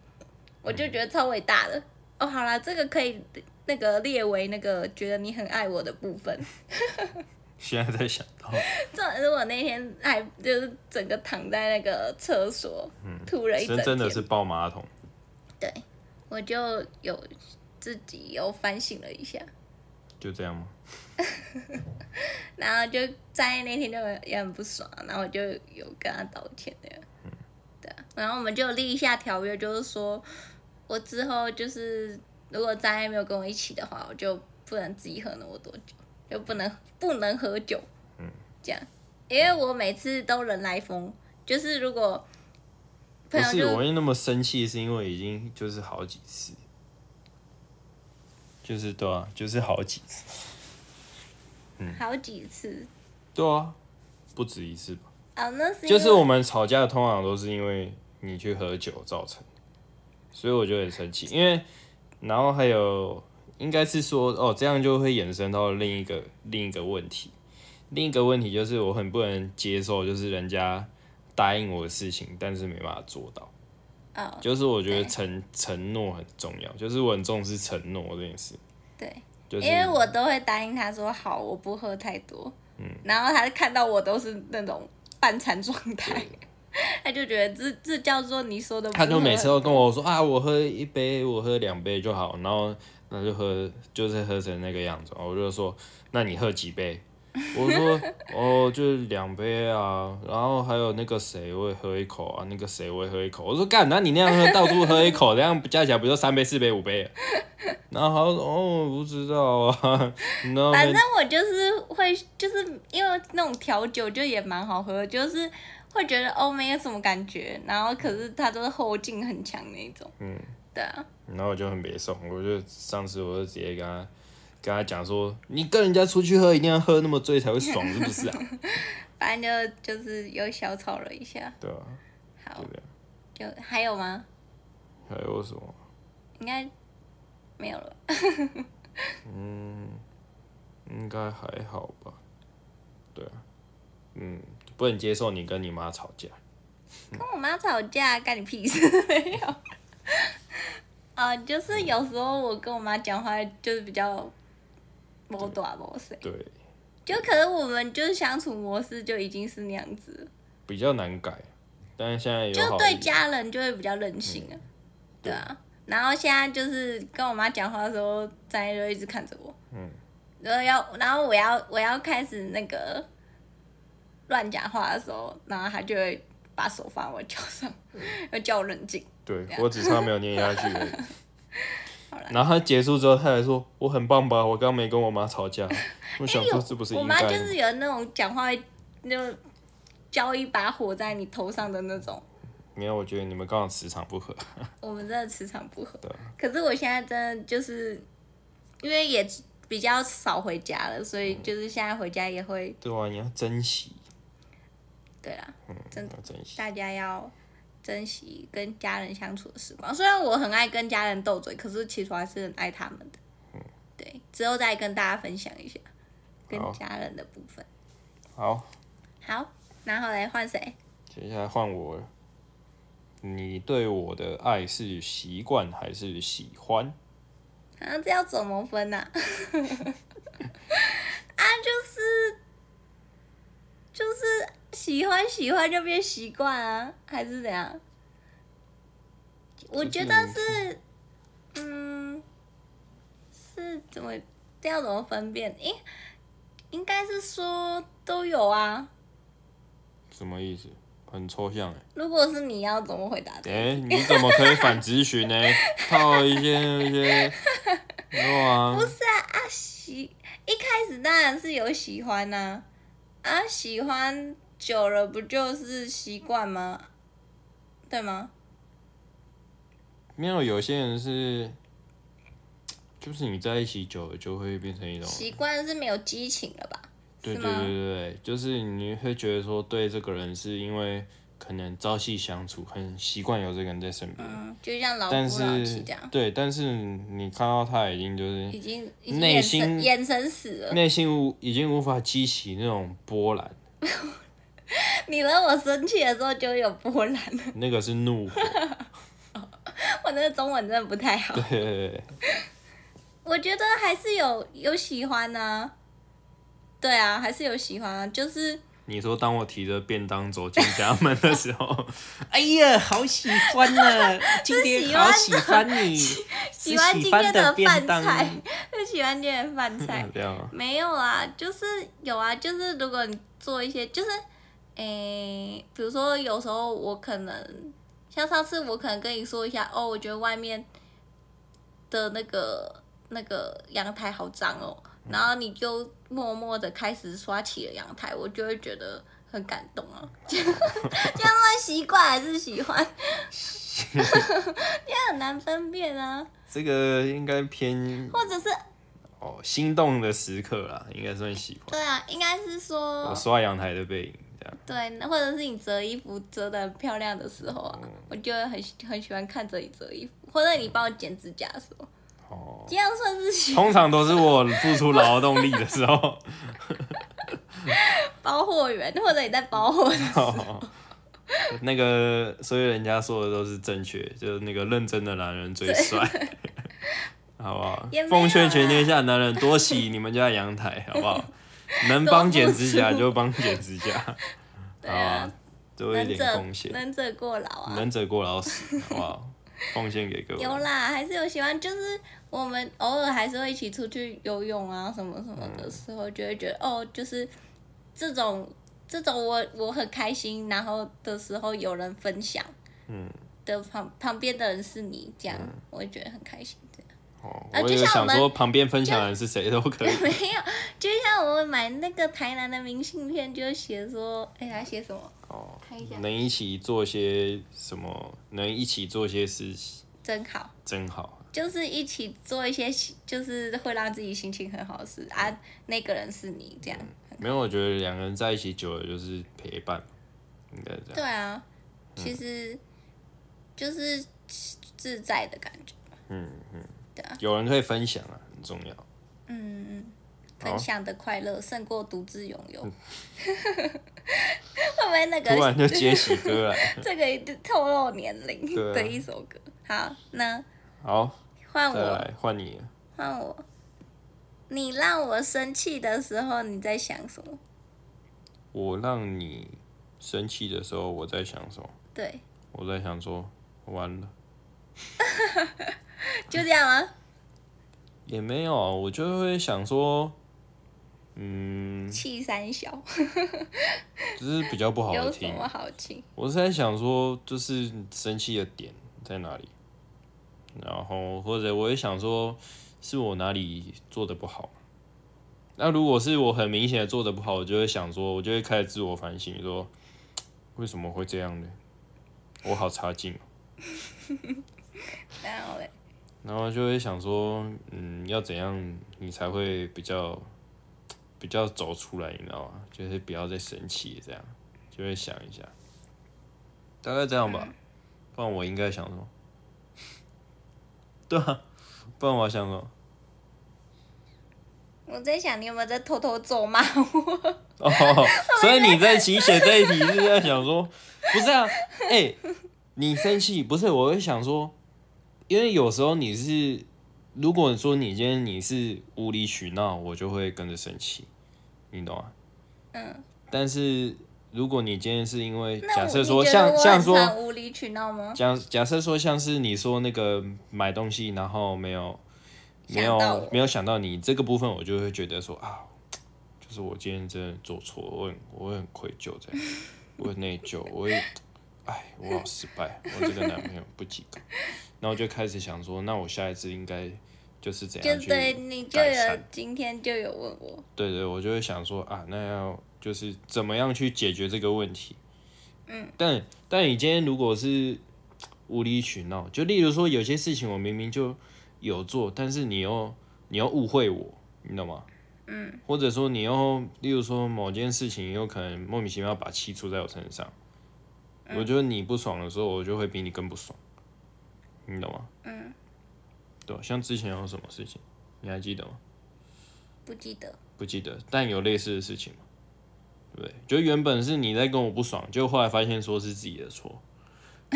Speaker 2: 我就觉得超伟大
Speaker 1: 嗯
Speaker 2: 的。哦，好啦，这个可以那个列为那个觉得你很爱我的部 分。
Speaker 1: 现在在想到，
Speaker 2: 重点是我那天还就是整个躺在那个厕所、吐了一整
Speaker 1: 真
Speaker 2: 天，
Speaker 1: 嗯真的是抱马桶。
Speaker 2: 对，我就有自己又反省了一下。
Speaker 1: 就这样吗？
Speaker 2: 然后就在那天就也很不爽，然后我就有跟他道歉的。
Speaker 1: 嗯
Speaker 2: 对啊，然后我们就立一下条约，就是说我之后就是如果张爱没有跟我一起的话，我就不能自己喝那么多酒，就不能不能喝酒。嗯，这样，因为我每次都人来疯，就是如果
Speaker 1: 不
Speaker 2: 朋
Speaker 1: 是，
Speaker 2: 友
Speaker 1: 我
Speaker 2: 啊就
Speaker 1: 会那么生气，是因为已经就是好几次，就是对啊，就是好几次，
Speaker 2: 好几次
Speaker 1: 对啊，不止一次吧。
Speaker 2: 啊、哦那是因
Speaker 1: 就
Speaker 2: 为
Speaker 1: 是我们吵架通常都是因为你去喝酒造成的，所以我就很生气。因为然后还有应该是说哦，这样就会衍生到另一个另一个问题，另一个问题就是我很不能接受，就是人家答应我的事情，但是没办法做到。
Speaker 2: 哦
Speaker 1: 就是我觉得承承诺很重要，就是我很重视承诺这件事。
Speaker 2: 对。
Speaker 1: 就是
Speaker 2: 因为我都会答应他说好，我不喝太多。
Speaker 1: 嗯
Speaker 2: 然后他看到我都是那种半残状态， 他就觉得这这叫做你哦说的不喝。
Speaker 1: 他就每次都跟我说啊，我喝一杯，我喝两杯就好，然后那就喝，就是喝成那个样子。我就说，那你喝几杯？我说哦，就是两杯啊，然后还有那个谁我也喝一口啊，那个谁我也喝一口。我说干，那你那样喝到处喝一口，这样加起来不就三杯、四杯、五杯了？然后他说哦，我不知道啊，然后
Speaker 2: 反正我就是会，就是因为那种调酒就也蛮好喝，就是会觉得哦没有什么感觉，然后可是它都是后劲很强那一种。嗯，对啊，
Speaker 1: 然后我就很别送，我就上次我就直接跟他跟他讲说，你跟人家出去喝一定要喝那么醉才会爽，是不是啊？
Speaker 2: 反正就就是又小吵了一下。
Speaker 1: 对啊，
Speaker 2: 好
Speaker 1: 就，这样。
Speaker 2: 就还有吗？
Speaker 1: 还有什么？
Speaker 2: 应该没有了。
Speaker 1: 应该还好吧？对啊，嗯，不能接受你跟你妈吵架。
Speaker 2: 跟我妈吵架干你屁事 没有？啊，就是有时候我跟我妈讲话就是比较某短某碎，
Speaker 1: 对，
Speaker 2: 就可能我们就是相处模式就已经是那样子了，
Speaker 1: 比较难改，但是现在有
Speaker 2: 就
Speaker 1: 好
Speaker 2: 对
Speaker 1: 一点
Speaker 2: 家人就会比较任性啊，对啊。然后现在就是跟我妈讲话的时候，张一就一直看着我，嗯，然后要然后我要我要开始那个乱讲话的时候，然后她就会把手放我脚上， 要叫我冷静。
Speaker 1: 对我只差没有念下去而 已。然后他结束之后，他还说我很棒吧，我刚没跟我妈吵架。我想说这不是
Speaker 2: 哎我
Speaker 1: 应
Speaker 2: 妈
Speaker 1: 该
Speaker 2: 就
Speaker 1: 的吗
Speaker 2: 是有那种讲话会就浇一把火在你头上的那种。
Speaker 1: 没有，我觉得你们刚好磁场不合。
Speaker 2: 我们真的磁场不合
Speaker 1: 对。啊
Speaker 2: 可是我现在真的就是因为也比较少回
Speaker 1: 嗯
Speaker 2: 家了，所以就是现在回家也会
Speaker 1: 对啊，你要珍惜。
Speaker 2: 对啦。真
Speaker 1: 要珍惜。
Speaker 2: 大家要珍惜跟家人相处的时光。虽然我很爱跟家人斗嘴，可是其实我还是很爱他们的。
Speaker 1: 嗯
Speaker 2: 对，之后再跟大家分享一下跟
Speaker 1: 好
Speaker 2: 家人的部分。
Speaker 1: 好，
Speaker 2: 好，然后来换谁？
Speaker 1: 接下来换我了。你对我的爱是习惯还是喜欢？
Speaker 2: 啊，这要怎么分呐、啊？ 就是就是喜欢喜欢就变习惯啊，还是怎样？我觉得是，嗯，是怎么这要怎么分辨？应应该是说都有啊。
Speaker 1: 什么意思？很抽象哎、
Speaker 2: 如果是你要怎么回答
Speaker 1: 欸。
Speaker 2: 这个？
Speaker 1: 哎、你怎么可以反咨询呢？ 套一些一 些，对啊
Speaker 2: 不，是啊，啊喜一开始当然是有喜欢呐、啊，啊喜欢久了不就是习惯吗？对吗？
Speaker 1: 没有，有些人是，就是你在一起久了就会变成一种
Speaker 2: 习惯是没有激情了吧？
Speaker 1: 对
Speaker 2: 是
Speaker 1: 对
Speaker 2: 吗
Speaker 1: 对对，对就是你会觉得说对这个人是因为可能朝夕相处，很习惯有这个人在身边，
Speaker 2: 嗯，就像老夫
Speaker 1: 但
Speaker 2: 老妻
Speaker 1: 是
Speaker 2: 这样，
Speaker 1: 对，但是你看到他已经就是
Speaker 2: 已经已经
Speaker 1: 内
Speaker 2: 眼
Speaker 1: 心
Speaker 2: 神眼神死了，
Speaker 1: 内心无已经无法激起那种波澜，
Speaker 2: 你惹我生气的时候就有波澜 了。
Speaker 1: 那个是怒火。
Speaker 2: 我那个中文真的不太好，
Speaker 1: 对对对对，
Speaker 2: 我觉得还是有有喜欢呐、对啊，还是有喜欢啊，就是。
Speaker 1: 你说当我提着便当走进家门的时 候，哎呀，好喜欢呢、今天好喜欢你，喜
Speaker 2: 喜欢今天的
Speaker 1: 便
Speaker 2: 饭
Speaker 1: 当，
Speaker 2: 菜，最喜欢今天的饭菜
Speaker 1: 嗯 。这样啊
Speaker 2: 没有啊，就是有啊，就是如果你做一些，就是诶、比如说有时候我可能像上次我可能跟你说一下，哦，我觉得外面的那个那个阳台好脏哦，然后你就默默的开始刷起了阳台，我就会觉得很感动啊， 这样算习惯还是喜欢？这样很难分辨啊，
Speaker 1: 这个应该偏
Speaker 2: 或者是
Speaker 1: 哦心动的时刻啦，应该算喜欢。
Speaker 2: 对啊，应该是说
Speaker 1: 我刷阳台的背影，这样
Speaker 2: 对，那或者是你折衣服折的很漂亮的时候啊，
Speaker 1: 嗯
Speaker 2: 我就会很喜很喜欢看着你折衣服，或者你帮我剪指甲的时候，
Speaker 1: 哦。
Speaker 2: 这样算是喜
Speaker 1: 通常都是我付出劳动力的时 候，
Speaker 2: 包货员，或者你在包货的时 候，
Speaker 1: 哦那个所以人家说的都是正确，就是那个认真的男人最帅，好不好
Speaker 2: 也没有？啦
Speaker 1: 奉劝全天下男人多洗你们家的阳台，好不 好？能帮剪指甲就帮剪指甲，好不
Speaker 2: 对
Speaker 1: 好
Speaker 2: 啊？，
Speaker 1: 多一
Speaker 2: 能
Speaker 1: 点
Speaker 2: 者
Speaker 1: 贡献，
Speaker 2: 能者过劳啊，
Speaker 1: 能者过劳 死，好不好？奉献给各位。
Speaker 2: 有啦，还是有喜欢，就是我们偶尔还是会一起出去游泳啊什么什么的时候，就会觉得、哦，就是这种这种我我很开心，然后的时候有人分享，
Speaker 1: 嗯，
Speaker 2: 的旁旁边的人是你，这样、我会觉得很开心。这样
Speaker 1: 哦，
Speaker 2: 啊
Speaker 1: 我
Speaker 2: 就
Speaker 1: 也
Speaker 2: 像我
Speaker 1: 想
Speaker 2: 们
Speaker 1: 说，旁边分享的人是谁都可以。
Speaker 2: 没有，就像我买那个台南的明信片，就写说，哎、他写什么？
Speaker 1: 哦
Speaker 2: 看一下，
Speaker 1: 能一起做些什么？能一起做些事情，
Speaker 2: 真好，
Speaker 1: 真好。
Speaker 2: 就是一起做一些喜，就是会让自己心情很好的事啊。那个人是你，这样。
Speaker 1: 没有，我觉得两个人在一起久了就是陪伴，应该是这
Speaker 2: 对
Speaker 1: 样。
Speaker 2: 啊，
Speaker 1: 嗯
Speaker 2: 其实就是自在的感觉，
Speaker 1: 有人可以分享啊，很重要。好
Speaker 2: 嗯
Speaker 1: 嗯
Speaker 2: 分享的快乐胜过独自拥有。 会不会那个
Speaker 1: 突然就接起歌来，
Speaker 2: 这个一定透露年龄
Speaker 1: 对啊
Speaker 2: 的一首歌？好，那
Speaker 1: 好，
Speaker 2: 换
Speaker 1: 再
Speaker 2: 我，
Speaker 1: 来换你了。
Speaker 2: 换我。你让我生气的时候，你在想什么？
Speaker 1: 我让你生气的时候，我在想什么？
Speaker 2: 对，
Speaker 1: 我在想说，完了
Speaker 2: 就这样啊吗？
Speaker 1: 也没有啊，我就会想说，嗯，
Speaker 2: 气三小，
Speaker 1: 只是比较不好
Speaker 2: 有什
Speaker 1: 听。
Speaker 2: 么好气？
Speaker 1: 我是在想说，就是生气的点在哪里，然后或者我也想说，是我哪里做的不好。那如果是我很明显的做的不好，我就会想说，我就会开始自我反省，说为什么会这样呢？我好差劲哦。
Speaker 2: 然后嘞，
Speaker 1: 然后就会想说，嗯，要怎样你才会比较比较走出来，你知道吗？就是不要再生气这样，就会想一下。大概这样吧。不然我应该想什么？ 对啊，不然我要想什么？
Speaker 2: 我在想你有没有在偷偷咒骂我？
Speaker 1: 哦，所以你在你写这一题是在想说，不是啊？ 哎、你生气不是？我会想说，因为有时候你是，如果说你今天你是无理取闹，我就会跟着生气，你懂吗、
Speaker 2: 嗯，
Speaker 1: 但是如果你今天是因为
Speaker 2: 那
Speaker 1: 假
Speaker 2: 我
Speaker 1: 设
Speaker 2: 你
Speaker 1: 说
Speaker 2: 觉得
Speaker 1: 像
Speaker 2: 我
Speaker 1: 像
Speaker 2: 很
Speaker 1: 说
Speaker 2: 常无理取闹吗？
Speaker 1: 假假设说像是你说那个买东西，然后没有没
Speaker 2: 想到
Speaker 1: 有
Speaker 2: 我
Speaker 1: 没有想到你这个部分，我就会觉得说啊，就是我今天真的做错，我很我会很愧疚，这样，我很内疚，我会，哎，我好失败，我这个男朋友不及格，然后我就开始想说，那我下一次应该就是怎
Speaker 2: 就
Speaker 1: 样去
Speaker 2: 对你就
Speaker 1: 改
Speaker 2: 有
Speaker 1: 善
Speaker 2: 今天就有问我，
Speaker 1: 对对，我就会想说啊，那要就是怎么样去解决这个问题。嗯，但但你今天如果是无理取闹，就例如说有些事情我明明就有做，但是你又你又误会我，你懂吗？嗯，或者说你又例如说某件事情，有可能莫名其妙把气出在我身上，我觉得你不爽的时候，我就会比你更不爽，你懂吗？嗯，对，啊像之前有什么事情，你还记得吗？
Speaker 2: 不记得。
Speaker 1: 不记得，但有类似的事情嘛，对不对？就原本是你在跟我不爽，就后来发现说是自己的错，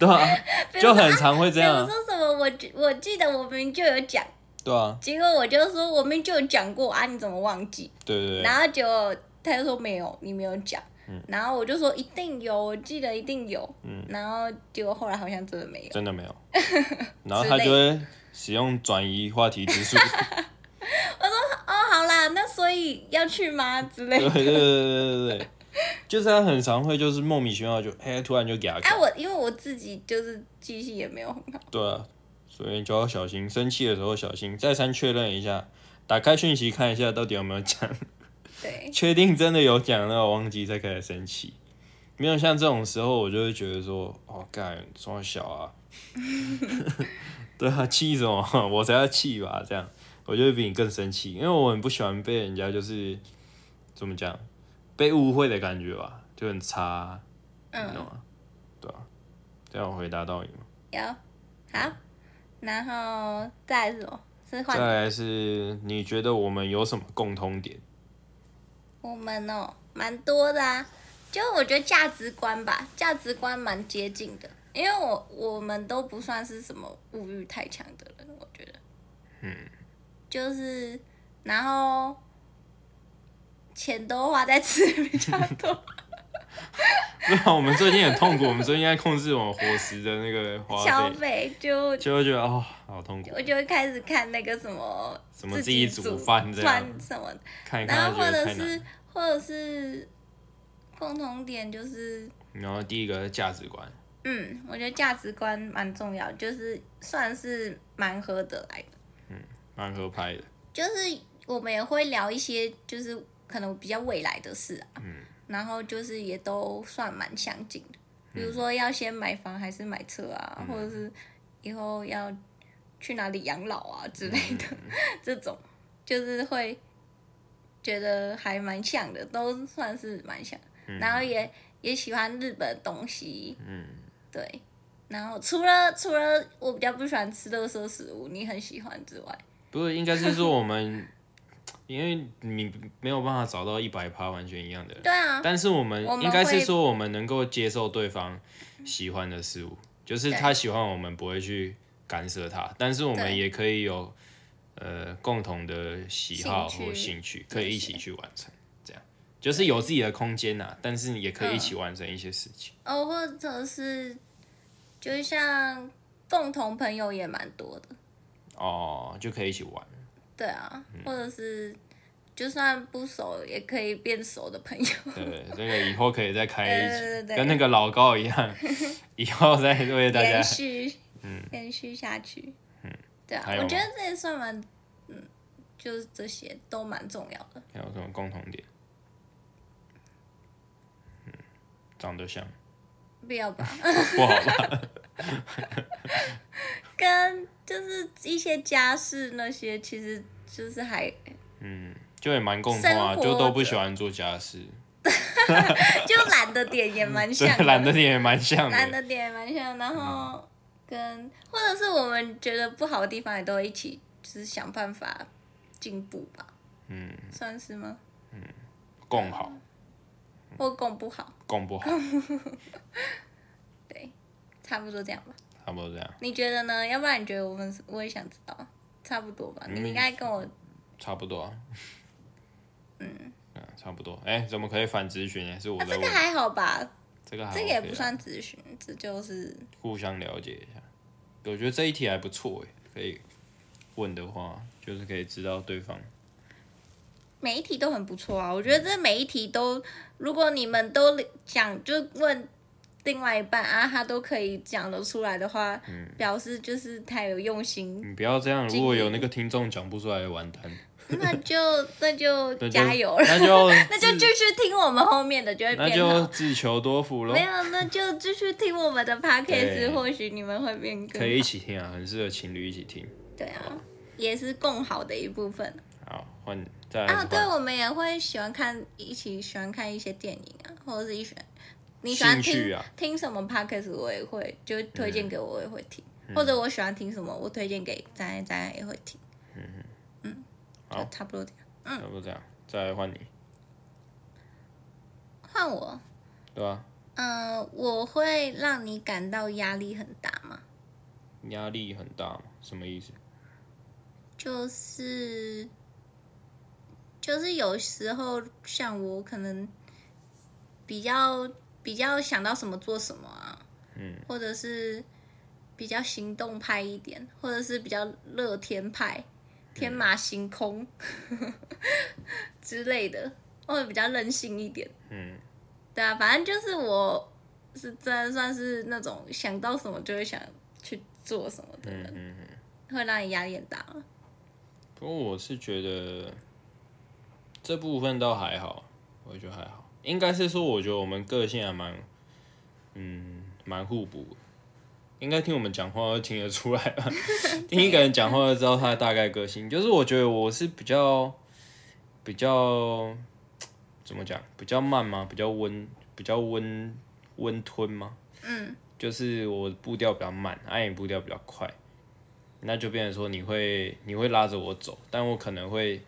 Speaker 1: 对 啊，就很常会这
Speaker 2: 比如
Speaker 1: 样啊，
Speaker 2: 说什么，我记我记得我明明就有讲，
Speaker 1: 对啊，
Speaker 2: 结果我就说我明明就有讲过啊，你怎么忘记？
Speaker 1: 对对嗯对
Speaker 2: 然后结果他就说没有，你没有讲。然后我就说一定有，我记得一定有。
Speaker 1: 嗯
Speaker 2: 然后结果后来好像真的没有。
Speaker 1: 真的没 有，然后他就会使用转移话题之术，
Speaker 2: 哦，好啦，那所以要去吗？之类
Speaker 1: 对 对
Speaker 2: 的。
Speaker 1: 对对对对对，就是他很常会就是莫名其妙就哎突然就给他
Speaker 2: 哎、
Speaker 1: 搞，
Speaker 2: 我因为我自己就是记性也没有很好，
Speaker 1: 对啊，所以就要小心，生气的时候小心，再三确认一下，打开讯息看一下到底有没有讲。
Speaker 2: 对，
Speaker 1: 确定真的有讲，那我忘记再开始生气。没有像这种时候，我就会觉得说，哦，干，装小啊， 对啊，气什么？我才要气吧，这样，我就会比你更生气，因为我很不喜欢被人家就是怎么讲，被误会的感觉吧，就很差、你懂
Speaker 2: 嗯，
Speaker 1: 吗？对啊，这样我回答到你吗？
Speaker 2: 有，好，然后再来是什么？是
Speaker 1: 再
Speaker 2: 换
Speaker 1: 来是，你觉得我们有什么共通点？
Speaker 2: 我们哦，蛮多的啊。就我觉得价值观吧，价值观蛮接近的，因为我我们都不算是什么物欲太强的人，我觉得，嗯，就是然后钱都花在吃比较多，
Speaker 1: 对啊，我们最近很痛苦，我们最近在控制我们伙食的那个 花费
Speaker 2: 消。费就
Speaker 1: 就会觉得哦，好痛苦
Speaker 2: 我，就会开始看那个什么
Speaker 1: 什么
Speaker 2: 自
Speaker 1: 自己煮饭这样
Speaker 2: 饭什么的，
Speaker 1: 看一
Speaker 2: 然
Speaker 1: 看
Speaker 2: 后
Speaker 1: 就觉
Speaker 2: 或
Speaker 1: 得
Speaker 2: 者
Speaker 1: 太难
Speaker 2: 是。或者是共同点就是，
Speaker 1: 然后第一个是价值观，
Speaker 2: 嗯，我觉得价值观蛮重要，就是算是蛮合得来的，
Speaker 1: 蛮合拍的，
Speaker 2: 就是我们也会聊一些就是可能比较未来的事啊，然后就是也都算蛮相近的，比如说要先买房还是买车啊，或者是以后要去哪里养老啊之类的，这种就是会觉得还蛮像的，都算是蛮像。
Speaker 1: 嗯
Speaker 2: 然后也也喜欢日本东西，嗯，对。然后除了除了我比较不喜欢吃垃圾食物，你很喜欢之外，
Speaker 1: 不是应该是说我们， 因为你没有办法找到一百趴完全一样的人，
Speaker 2: 对啊，
Speaker 1: 但是我们
Speaker 2: 我们
Speaker 1: 应该
Speaker 2: 会
Speaker 1: 是说我们能够接受对方喜欢的事物，就是他喜欢我们不会去干涉他，但是我们
Speaker 2: 对
Speaker 1: 也可以有呃共同的喜好
Speaker 2: 兴趣
Speaker 1: 或兴趣，可以一起
Speaker 2: 对
Speaker 1: 去完成，这样就是有自己的空间呐、啊但是也可以一
Speaker 2: 嗯
Speaker 1: 起完成一些事情。
Speaker 2: 哦，或者是就像共同朋友也蛮多的，
Speaker 1: 哦，就可以一起玩。
Speaker 2: 对啊，
Speaker 1: 嗯
Speaker 2: 或者是就算不熟也可以变熟的朋友，
Speaker 1: 对，这个以后可以再开一集，
Speaker 2: 对对对呃对
Speaker 1: 跟那个老高一 样，以后再为大家嗯
Speaker 2: 延。续，延续下去，对啊，
Speaker 1: 还有
Speaker 2: 我
Speaker 1: 吗
Speaker 2: 觉得这也算蛮，嗯，就是这些都蛮重要的，
Speaker 1: 还有什么共同点？嗯，长得像，
Speaker 2: 不要吧，
Speaker 1: 不好吧？
Speaker 2: 跟就是一些家事那些，其实就是还
Speaker 1: 就也蛮共通啊，
Speaker 2: 生活
Speaker 1: 就都不喜欢做家事。
Speaker 2: 就懒的点也蛮像
Speaker 1: 对，
Speaker 2: 的，
Speaker 1: 懒得点嗯也蛮像
Speaker 2: 懒
Speaker 1: 的。
Speaker 2: 的点也蛮像，然后跟或者是我们觉得不好的地方也都一起，就是想办法进步吧，
Speaker 1: 嗯，
Speaker 2: 算是吗？
Speaker 1: 共好，
Speaker 2: 或共不好，
Speaker 1: 共不好，
Speaker 2: 对，差不多这样吧。
Speaker 1: 差不多这样，
Speaker 2: 你觉得呢？要不然你觉得我们是，我也想知道，差不多吧？你
Speaker 1: 嗯
Speaker 2: 应该跟我
Speaker 1: 差不多、啊。嗯，差不多。哎、怎么可以反咨询呢？是我
Speaker 2: 啊，
Speaker 1: 在
Speaker 2: 这
Speaker 1: 问啊
Speaker 2: 个，还好吧，
Speaker 1: 这个还
Speaker 2: 这个也
Speaker 1: OK
Speaker 2: 不
Speaker 1: 啦
Speaker 2: 算咨询，这就是
Speaker 1: 互相了解一下。我觉得这一题还不错哎，可以问的话，就是可以知道对方。
Speaker 2: 每一题都很不错
Speaker 1: 嗯
Speaker 2: 啊。我觉得这每一题都，如果你们都讲就问另外一半啊，他都可以讲得出来的话，
Speaker 1: 嗯
Speaker 2: 表示就是他有用心，
Speaker 1: 你不要这样，
Speaker 2: 经
Speaker 1: 如
Speaker 2: 历
Speaker 1: 果有那个听众讲不出来，完蛋。
Speaker 2: 那就那就
Speaker 1: 那就
Speaker 2: 加油了，
Speaker 1: 那就
Speaker 2: 那就继续听我们后面的就会
Speaker 1: 那
Speaker 2: 变
Speaker 1: 就
Speaker 2: 好。
Speaker 1: 自求多福喽
Speaker 2: 啊没。有，那就继续听我们的 podcast，
Speaker 1: 对
Speaker 2: 或许你们会变更好。
Speaker 1: 可以一起听啊，很适合情侣一起听。
Speaker 2: 对啊，也是共好的一部分
Speaker 1: 好，换再来
Speaker 2: 啊。对，
Speaker 1: 换
Speaker 2: 我们也会喜欢看，一起喜欢看一些电影啊，或者是一选你喜欢
Speaker 1: 兴趣
Speaker 2: 听、
Speaker 1: 啊
Speaker 2: 听什么 podcast，我也会就推荐给我，我也会听。
Speaker 1: 嗯
Speaker 2: 或者我喜欢听什么，我推荐给咱咱咱也会听。嗯
Speaker 1: 好
Speaker 2: 就差不多这样。
Speaker 1: 差不多这样，再来换你，
Speaker 2: 换我，
Speaker 1: 对吧、
Speaker 2: 嗯、我会让你感到压力很大吗？
Speaker 1: 压力很大嘛，什么意思？
Speaker 2: 就是就是有时候像我可能比较比较想到什么做什么啊，
Speaker 1: 嗯，
Speaker 2: 或者是比较行动派一点，或者是比较乐天派、
Speaker 1: 嗯
Speaker 2: 天马行空、 之类的，或者比较任性一点。
Speaker 1: 嗯，
Speaker 2: 对啊，反正就是我是真的算是那种想到什么就会想去做什么的人，
Speaker 1: 嗯
Speaker 2: 会让你压力很大吗？
Speaker 1: 不过我是觉得这部分倒还好，我觉得还好，应该是说我觉得我们个性还蛮，嗯，蛮互补的。应该听我们讲话都听得出来 吧？听一个人讲话就知道他的大概个性。就是我觉得我是比较比较怎么讲，比较慢吗？比较温，比较温温吞吗？
Speaker 2: 嗯，
Speaker 1: 就是我步调比较慢，阿、啊、你步调比较快，那就变成说你会你会拉着我走，但我可能会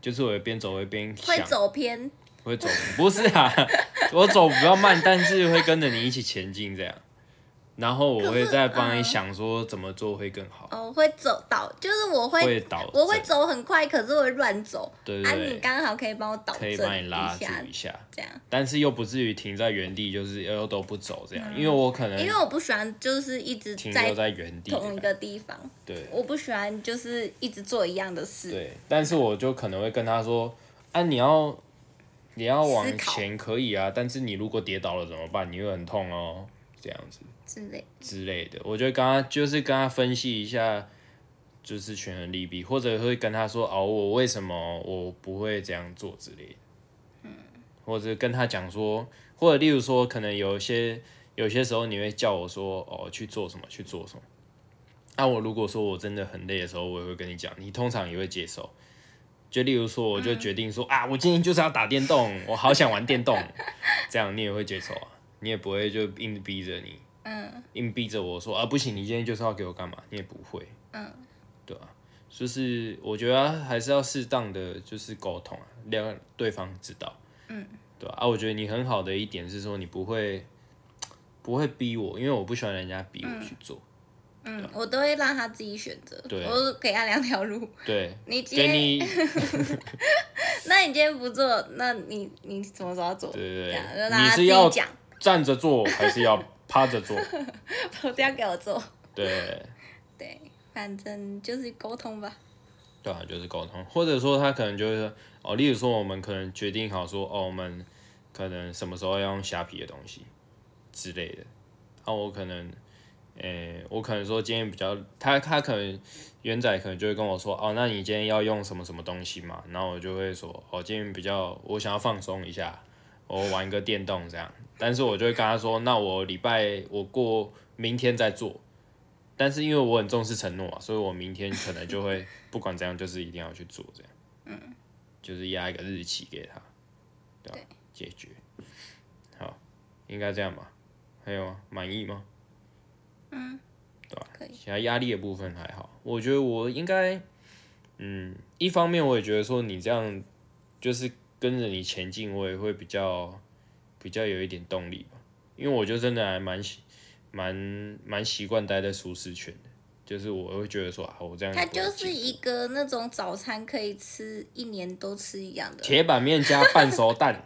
Speaker 1: 就是我会边走会边想
Speaker 2: 会，走偏，
Speaker 1: 会走，不是 啊，我走比较慢，但是会跟着你一起前进这样。然后我会再帮你想说怎么做会更好，
Speaker 2: 哦，会走倒，就是我会
Speaker 1: 会导
Speaker 2: 我会
Speaker 1: 正
Speaker 2: 走很快，可是我会乱走。
Speaker 1: 对
Speaker 2: 啊，
Speaker 1: 对
Speaker 2: 你
Speaker 1: 对，
Speaker 2: 刚好可以帮我导
Speaker 1: 可
Speaker 2: 正
Speaker 1: 以
Speaker 2: 一
Speaker 1: 帮你拉住
Speaker 2: 下，
Speaker 1: 一下，
Speaker 2: 这样。
Speaker 1: 但是又不至于停在原地，就是又都不走这样，因为我可能
Speaker 2: 嗯因为我不喜欢就是一直
Speaker 1: 停
Speaker 2: 在
Speaker 1: 留在原地的
Speaker 2: 同一
Speaker 1: 感
Speaker 2: 个地方，
Speaker 1: 觉，对。
Speaker 2: 我不喜欢就是一直做一样的事。
Speaker 1: 对，但是我就可能会跟他说，啊，你要你要往
Speaker 2: 思考
Speaker 1: 前可以啊，但是你如果跌倒了怎么办？你会很痛哦，这样子
Speaker 2: 之类。
Speaker 1: 之类的。我就跟他就是跟他分析一下，就是权衡利弊，或者会跟他说，哦，我为什么我不会这样做之类的。或者跟他讲说，或者例如说，可能有一些有些时候你会叫我说，哦，去做什么，去做什么。那、我如果说我真的很累的时候，我也会跟你讲，你通常也会接受。就例如说，我就决定说、啊，我今天就是要打电动，我好想玩电动，这样你也会接受啊，你也不会就硬逼着你，嗯，硬逼着我说啊，不行，你今天就是要给我干嘛，你也不会，嗯，对啊，就是我觉得还是要适当的就是沟通啊，让对方知道，
Speaker 2: 嗯
Speaker 1: 对啊，啊我觉得你很好的一点是说你不会不会逼我，因为我不喜欢人家逼我去做。
Speaker 2: 嗯，我都会让他自己选择，
Speaker 1: 对
Speaker 2: 我给他两条路。
Speaker 1: 对，
Speaker 2: 嗯你今
Speaker 1: 给
Speaker 2: 天，
Speaker 1: 你
Speaker 2: 那你今天不做，那你你什么时候要做？
Speaker 1: 对对对
Speaker 2: 这样就让
Speaker 1: 你
Speaker 2: 他
Speaker 1: 是
Speaker 2: 自己
Speaker 1: 要
Speaker 2: 讲，
Speaker 1: 站着做还是要趴着做？
Speaker 2: 不要给我做。
Speaker 1: 对
Speaker 2: 对，反正就是沟通吧。
Speaker 1: 对啊，就是沟通，或者说他可能就会说哦，例如说我们可能决定好说哦，我们可能什么时候要用虾皮的东西之类的，啊，我可能。诶、我可能说今天比较，他他可能元仔可能就会跟我说，哦，那你今天要用什么什么东西嘛？然后我就会说，哦，今天比较我想要放松一下，我玩个电动这样。但是我就会跟他说，那我礼拜我过明天再做。但是因为我很重视承诺嘛，所以我明天可能就会不管怎样，就是一定要去做这样。嗯，就是压一个日期给他，对吧？解决。应该这样吧？还有吗？满意吗？
Speaker 2: 可以，
Speaker 1: 其他压力的部分还好，我觉得我应该，嗯，一方面我也觉得说你这样就是跟着你前进，我也会比较比较有一点动力吧，因为我就真的还蛮习蛮蛮习惯待在舒适圈的，就是我会觉得说啊，我这样
Speaker 2: 它
Speaker 1: 也不会
Speaker 2: 就是
Speaker 1: 进步
Speaker 2: 一个那种早餐可以吃一年都吃一样的，
Speaker 1: 铁板面加半熟 蛋，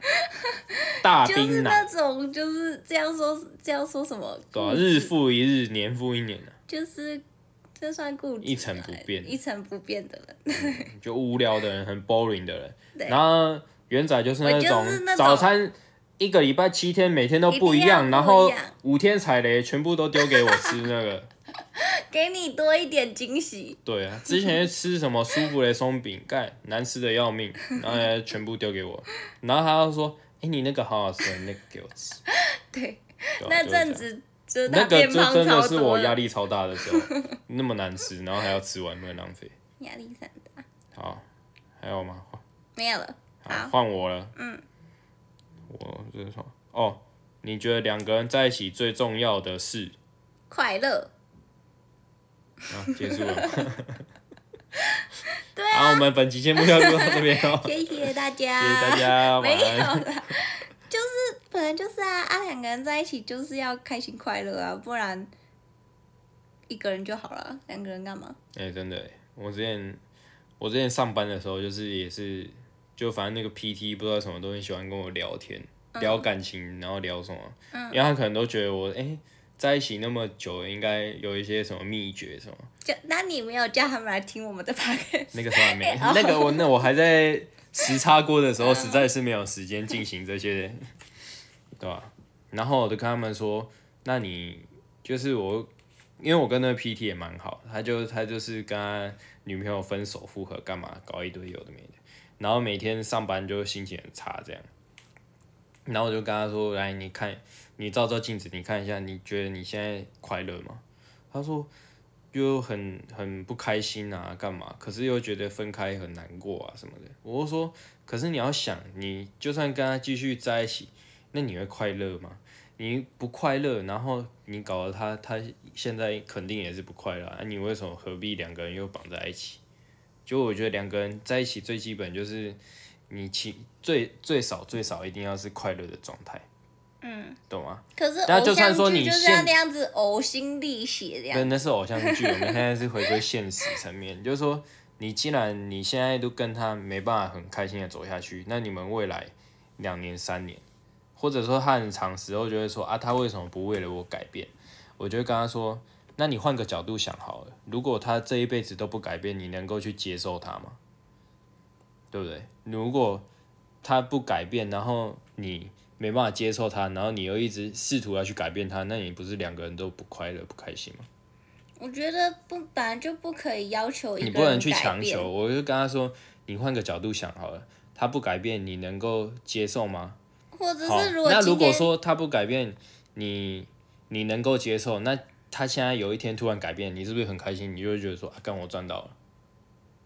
Speaker 1: 大
Speaker 2: 就是
Speaker 1: 冰
Speaker 2: 那
Speaker 1: 奶，
Speaker 2: 种就是这样说这样说什么，
Speaker 1: 对吧、
Speaker 2: 固
Speaker 1: 日
Speaker 2: 执
Speaker 1: 复一日，年复一年啊
Speaker 2: 就是这算固执
Speaker 1: 一成
Speaker 2: 啊
Speaker 1: 不变
Speaker 2: 一成不变的人。
Speaker 1: 就无聊的人，很 boring 的人。
Speaker 2: 对
Speaker 1: 然后元仔就是那
Speaker 2: 我就是那种
Speaker 1: 早餐一个礼拜七天，每天都不
Speaker 2: 一定要不一样
Speaker 1: 然后五天踩雷，全部都丢给我吃那个。
Speaker 2: 给你多一点惊喜。
Speaker 1: 对啊，之前吃什么舒芙蕾松饼，干难吃的要命，然后呢全部丢给我，然后他就说：“哎、你那个好好吃，你那个给我吃。
Speaker 2: 对，
Speaker 1: 对啊
Speaker 2: 那
Speaker 1: 就是这样
Speaker 2: 阵子就是
Speaker 1: 那
Speaker 2: 他
Speaker 1: 个
Speaker 2: 变
Speaker 1: 就
Speaker 2: 胖
Speaker 1: 真的
Speaker 2: 超
Speaker 1: 是
Speaker 2: 多
Speaker 1: 我
Speaker 2: 了，
Speaker 1: 压力超大的时候，那么难吃，然后还要吃完，不能浪费。
Speaker 2: 压力山大，
Speaker 1: 好，还有吗？
Speaker 2: 没有了。
Speaker 1: 好，
Speaker 2: 好
Speaker 1: 换我了。嗯，我这是什么？哦，你觉得两个人在一起最重要的事
Speaker 2: 快乐，
Speaker 1: 啊？结 束了。
Speaker 2: 对
Speaker 1: 好、我们本期节目就录到这边哦，
Speaker 2: 谢谢大
Speaker 1: 啊 谢
Speaker 2: 家，
Speaker 1: 谢大家，晚
Speaker 2: 没有
Speaker 1: 安。
Speaker 2: 啦， 就是本来就是啊，啊两个人在一起就是要开心快乐啊，不然一个人就好了，两个人干嘛？
Speaker 1: 哎、真的耶，我之前我之前上班的时候，就是也是，就反正那个 PT 不知道什么都很喜欢跟我聊天，聊感情，然后聊什么，因为他可能都觉得我哎、在一起那么久，应该有一些什么秘诀什么。
Speaker 2: 就那你没有叫他们来听我们的 p o d
Speaker 1: 那个时候还没，那个我那我还在时差锅的时候，实在是没有时间进行这些，对吧、然后我就跟他们说，那你就是我，因为我跟那个 PT 也蛮好，他就他就是跟他女朋友分手复合干嘛，搞一堆有的没的，然后每天上班就心情很差这样。然后我就跟他说：“来，你看，你照照镜子，你看一下，你觉得你现在快乐吗？”他说：“就很很不开心啊，干嘛？可是又觉得分开很难过啊什么的。我就说，可是你要想，你就算跟他继续在一起，那你会快乐吗？你不快乐，然后你搞得他他现在肯定也是不快乐啊。你为什么何必两个人又绑在一起？就我觉得两个人在一起最基本就是你起最最少最少一定要是快乐的状态，嗯，懂吗？
Speaker 2: 可是
Speaker 1: 但就
Speaker 2: 偶
Speaker 1: 算说
Speaker 2: 像
Speaker 1: 你
Speaker 2: 剧就是
Speaker 1: 现
Speaker 2: 要那样子呕心沥血这
Speaker 1: 对，
Speaker 2: 样，
Speaker 1: 那是偶像剧，我们现在是回归现实层面，就是说，你既然你现在都跟他没办法很开心的走下去，那你们未来两年、三年，或者说他很长时候就会说啊，他为什么不为了我改变？我就会跟他说，那你换个角度想好了，如果他这一辈子都不改变，你能够去接受他吗？对不对？如果他不改变，然后你没办法接受他，然后你又一直试图要去改变他，那你不是两个人都不快乐、不开心吗？
Speaker 2: 我觉得不本来就不可以要求
Speaker 1: 你
Speaker 2: 一
Speaker 1: 不
Speaker 2: 个
Speaker 1: 能
Speaker 2: 人
Speaker 1: 去
Speaker 2: 改
Speaker 1: 强
Speaker 2: 变
Speaker 1: 求。，我就跟他说，你换个角度想好了，他不改变，你能够接受吗？
Speaker 2: 或者
Speaker 1: 好
Speaker 2: 是，如果
Speaker 1: 那
Speaker 2: 今
Speaker 1: 如果
Speaker 2: 天
Speaker 1: 说他不改变，你你能够接受，那他现在有一天突然改变，你是不是很开心？你就会觉得说，啊，干我赚到了，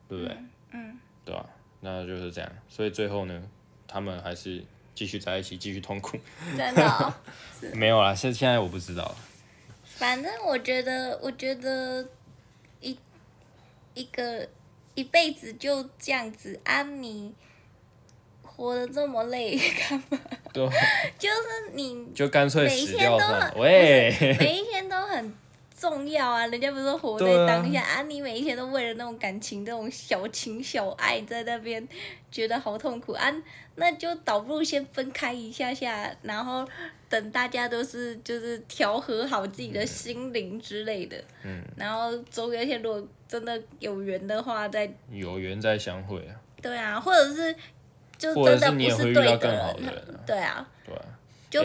Speaker 1: 对不对？嗯，对吧、那就是这样。所以最后呢，他们还是继续在一起，继续痛苦。
Speaker 2: 真的哦、
Speaker 1: 没有啦，现现在我不知道。
Speaker 2: 反正我觉得，我觉得一一个一辈子就这样子，啊，你活得这么累， 干嘛？
Speaker 1: 对，
Speaker 2: 就是你
Speaker 1: 就干脆
Speaker 2: 每一
Speaker 1: 死
Speaker 2: 天
Speaker 1: 掉
Speaker 2: 都
Speaker 1: 算了。
Speaker 2: 很
Speaker 1: 喂，
Speaker 2: 每一天都很重要啊，人家不是说活在
Speaker 1: 对啊
Speaker 2: 当下啊你每一天都为了那种感情、这种小情小爱在那边觉得好痛苦啊，那就倒不如先分开一下下，然后等大家都是就是调和好自己的心灵之类的，嗯，然后总有一天如果真的有缘的话再，
Speaker 1: 有缘再相会啊，
Speaker 2: 对啊，或者是就
Speaker 1: 或者
Speaker 2: 真
Speaker 1: 是
Speaker 2: 的
Speaker 1: 你
Speaker 2: 不
Speaker 1: 也会
Speaker 2: 是
Speaker 1: 遇
Speaker 2: 对
Speaker 1: 到
Speaker 2: 的
Speaker 1: 更好
Speaker 2: 人
Speaker 1: 的，人啊，
Speaker 2: 对啊，
Speaker 1: 对啊。
Speaker 2: 就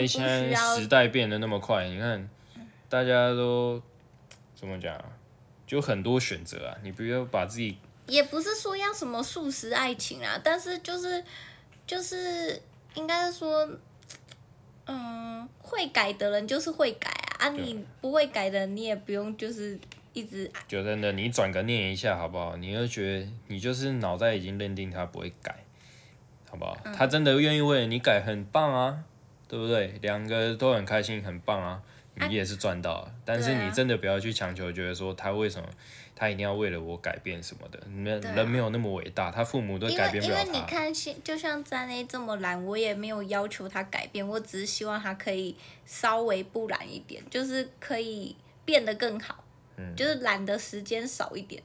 Speaker 1: 因
Speaker 2: 不
Speaker 1: 为现
Speaker 2: 需
Speaker 1: 在
Speaker 2: 要
Speaker 1: 时代变得那么快，你看大家都怎么讲、啊，就很多选择啊，你不要把自己
Speaker 2: 也不是说要什么素食爱情啦，但是就是就是应该是说，嗯，会改的人就是会改啊，啊
Speaker 1: 对
Speaker 2: 你不会改的，你也不用就是一直
Speaker 1: 就真的你转个念一下好不好？你就觉得你就是脑袋
Speaker 2: 嗯
Speaker 1: 已经认定他不会改，好不好？他真的愿意为了你改，很棒啊，对不对？两个都很开心，很棒啊，你也是赚到了。但是
Speaker 2: 对啊
Speaker 1: 你真的不要去强求，觉得说他为什么他一定要为了我改变什么的，没
Speaker 2: 对啊
Speaker 1: 人没有那么伟大，他父母都
Speaker 2: 因
Speaker 1: 改
Speaker 2: 为
Speaker 1: 变不
Speaker 2: 因
Speaker 1: 了
Speaker 2: 为你
Speaker 1: 他。
Speaker 2: 看，现就像詹 A 这么懒，我也没有要求他改变，我只是希望他可以稍微不懒一点，就是可以变得更好，
Speaker 1: 嗯
Speaker 2: 就是懒的时间少一点。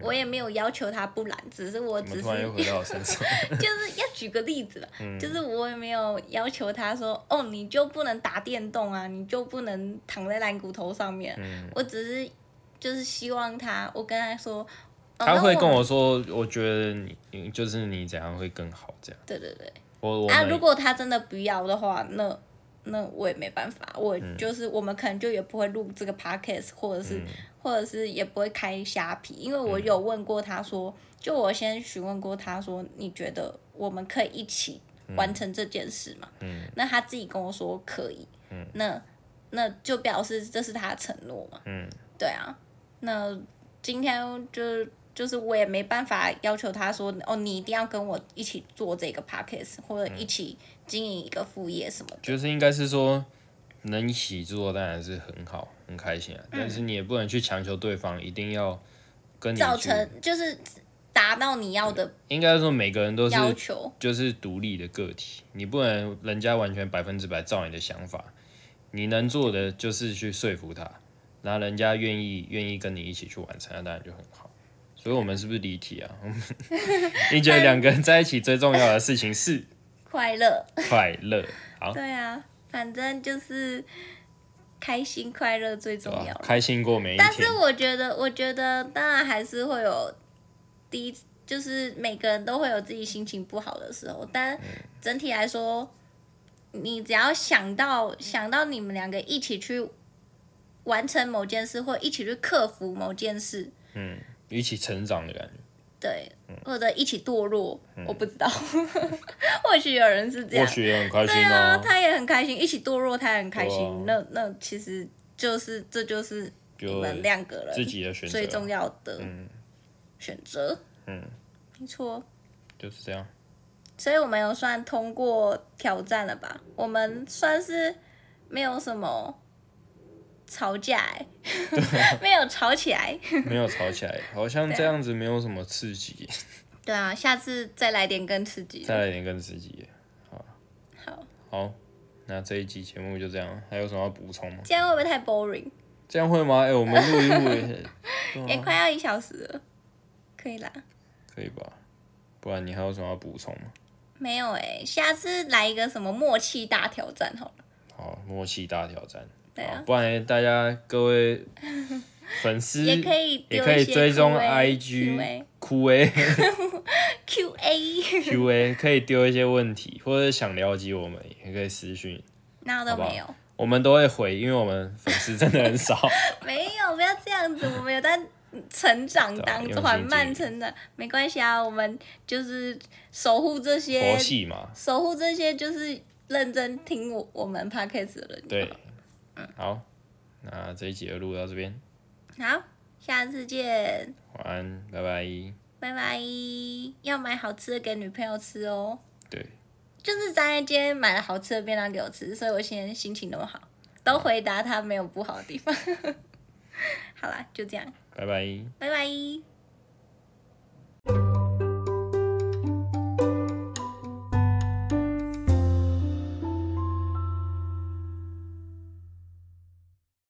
Speaker 2: 我也没有要求他不懒，只是我
Speaker 1: 怎么
Speaker 2: 只是
Speaker 1: 突然又回到我身 上？
Speaker 2: 就是要举个例子了，
Speaker 1: 嗯
Speaker 2: 就是我也没有要求他说，哦，你就不能打电动啊，你就不能躺在烂骨头上面。
Speaker 1: 嗯
Speaker 2: 我只是就是希望他，我跟他说，哦、
Speaker 1: 他会
Speaker 2: 那
Speaker 1: 跟
Speaker 2: 我，
Speaker 1: 我说，我觉得你你就是你怎样会更好这样。
Speaker 2: 对对对。
Speaker 1: 我我
Speaker 2: 啊，
Speaker 1: 们
Speaker 2: 如果他真的不要的话，那那我也没办法，我就是、我们可能就也不会录这个 podcast，或者是、或者是也不会开虾皮，因为我有问过他说，就我先询问过他说，你觉得我们可以一起完成这件事吗？嗯，那他自己跟我说可以，嗯，那那就表示这是他的承诺嘛，嗯，对啊，那今天就就是我也没办法要求他说哦，你一定要跟我一起做这个 podcast 或
Speaker 1: 嗯
Speaker 2: 者一起经营一个副业什么的。
Speaker 1: 就是应该是说能一起做当然是很好，很开心啊。但是你也不能去强求对方一定要跟你
Speaker 2: 嗯造
Speaker 1: 去
Speaker 2: 成就是达到你要的
Speaker 1: 应该说每个人都是
Speaker 2: 要求，
Speaker 1: 就是独立的个体，你不能人家完全百分之百照你的想法。你能做的就是去说服他，然后人家愿意愿意跟你一起去完成，那当然就很好。所以我们是不是离题啊？我 们你觉得两个人在一起最重要的事情 是
Speaker 2: 快乐。
Speaker 1: 快乐，好，
Speaker 2: 对啊，反正就是开心快乐最重
Speaker 1: 对啊吧
Speaker 2: 要了。
Speaker 1: 开心过每一
Speaker 2: 但
Speaker 1: 天
Speaker 2: 是，我觉得，我觉得当然还是会有第一，就是每个人都会有自己心情不好的时候，但
Speaker 1: 嗯
Speaker 2: 整体来说，你只要想到想到你们两个一起去完成某件事，或一起去克服某件事，
Speaker 1: 一起成长的感觉。
Speaker 2: 对，
Speaker 1: 嗯
Speaker 2: 或者一起堕落，我不知道， 或许有人是这
Speaker 1: 或
Speaker 2: 样，
Speaker 1: 许也很开心
Speaker 2: 对啊，
Speaker 1: 哦、
Speaker 2: 他也很开心，一起堕落，他也很开心，
Speaker 1: 对啊
Speaker 2: 那那其实就是这就是你
Speaker 1: 就
Speaker 2: 们两个人
Speaker 1: 自己的选择
Speaker 2: 最重要的选择。
Speaker 1: 嗯，
Speaker 2: 没错。
Speaker 1: 就是这样。
Speaker 2: 所以我们有算通过挑战了吧？我们算是没有什么吵架、 欸，没有吵起来。
Speaker 1: 没有吵起来，好
Speaker 2: 啊
Speaker 1: 像这样子没有什么刺激，
Speaker 2: 对啊，下次再来点更刺激的。
Speaker 1: 再来一点更刺激。
Speaker 2: 好，
Speaker 1: 好，那这一集节目就这样了，还有什么要补充吗？
Speaker 2: 这样会不会太 boring？
Speaker 1: 这样会吗？哎、我们录一 录嗯
Speaker 2: 也、快要一小时了，可以啦。
Speaker 1: 可以吧？不然你还有什么要补充吗？
Speaker 2: 没有哎、下次来一个什么默契大挑战好了。
Speaker 1: 好，默契大挑战。
Speaker 2: 对啊
Speaker 1: 好，不然大家各 位粉丝
Speaker 2: 也可以
Speaker 1: 也
Speaker 2: 丢
Speaker 1: 可以
Speaker 2: 一些
Speaker 1: 追踪
Speaker 2: Q&A
Speaker 1: IG 酷 A
Speaker 2: Q A，
Speaker 1: Q A，可以丢一些问题，或者想了解我们也可以私讯，
Speaker 2: 那都
Speaker 1: 好不好
Speaker 2: 没有，
Speaker 1: 我们都会回，因为我们粉丝真的很 少。
Speaker 2: 没有，不要这样子，我们有在成长当
Speaker 1: 对啊用心
Speaker 2: 中，缓慢
Speaker 1: 经营
Speaker 2: 成长，没关系啊，我们就是守护这些
Speaker 1: 佛，系嘛，
Speaker 2: 守护这些就是认真听我我们 podcast 的人。
Speaker 1: 对，
Speaker 2: 嗯
Speaker 1: 好，那这一集就录到这边，
Speaker 2: 好，下次见，
Speaker 1: 晚安，拜拜。
Speaker 2: 拜拜。要买好吃的给女朋友吃哦。
Speaker 1: 对，
Speaker 2: 就是张燕今天买了好吃的便当给我吃，所以我现在心情那么好，都回答他没有不好的地方。 好啦，就这样，
Speaker 1: 拜拜。
Speaker 2: 拜拜。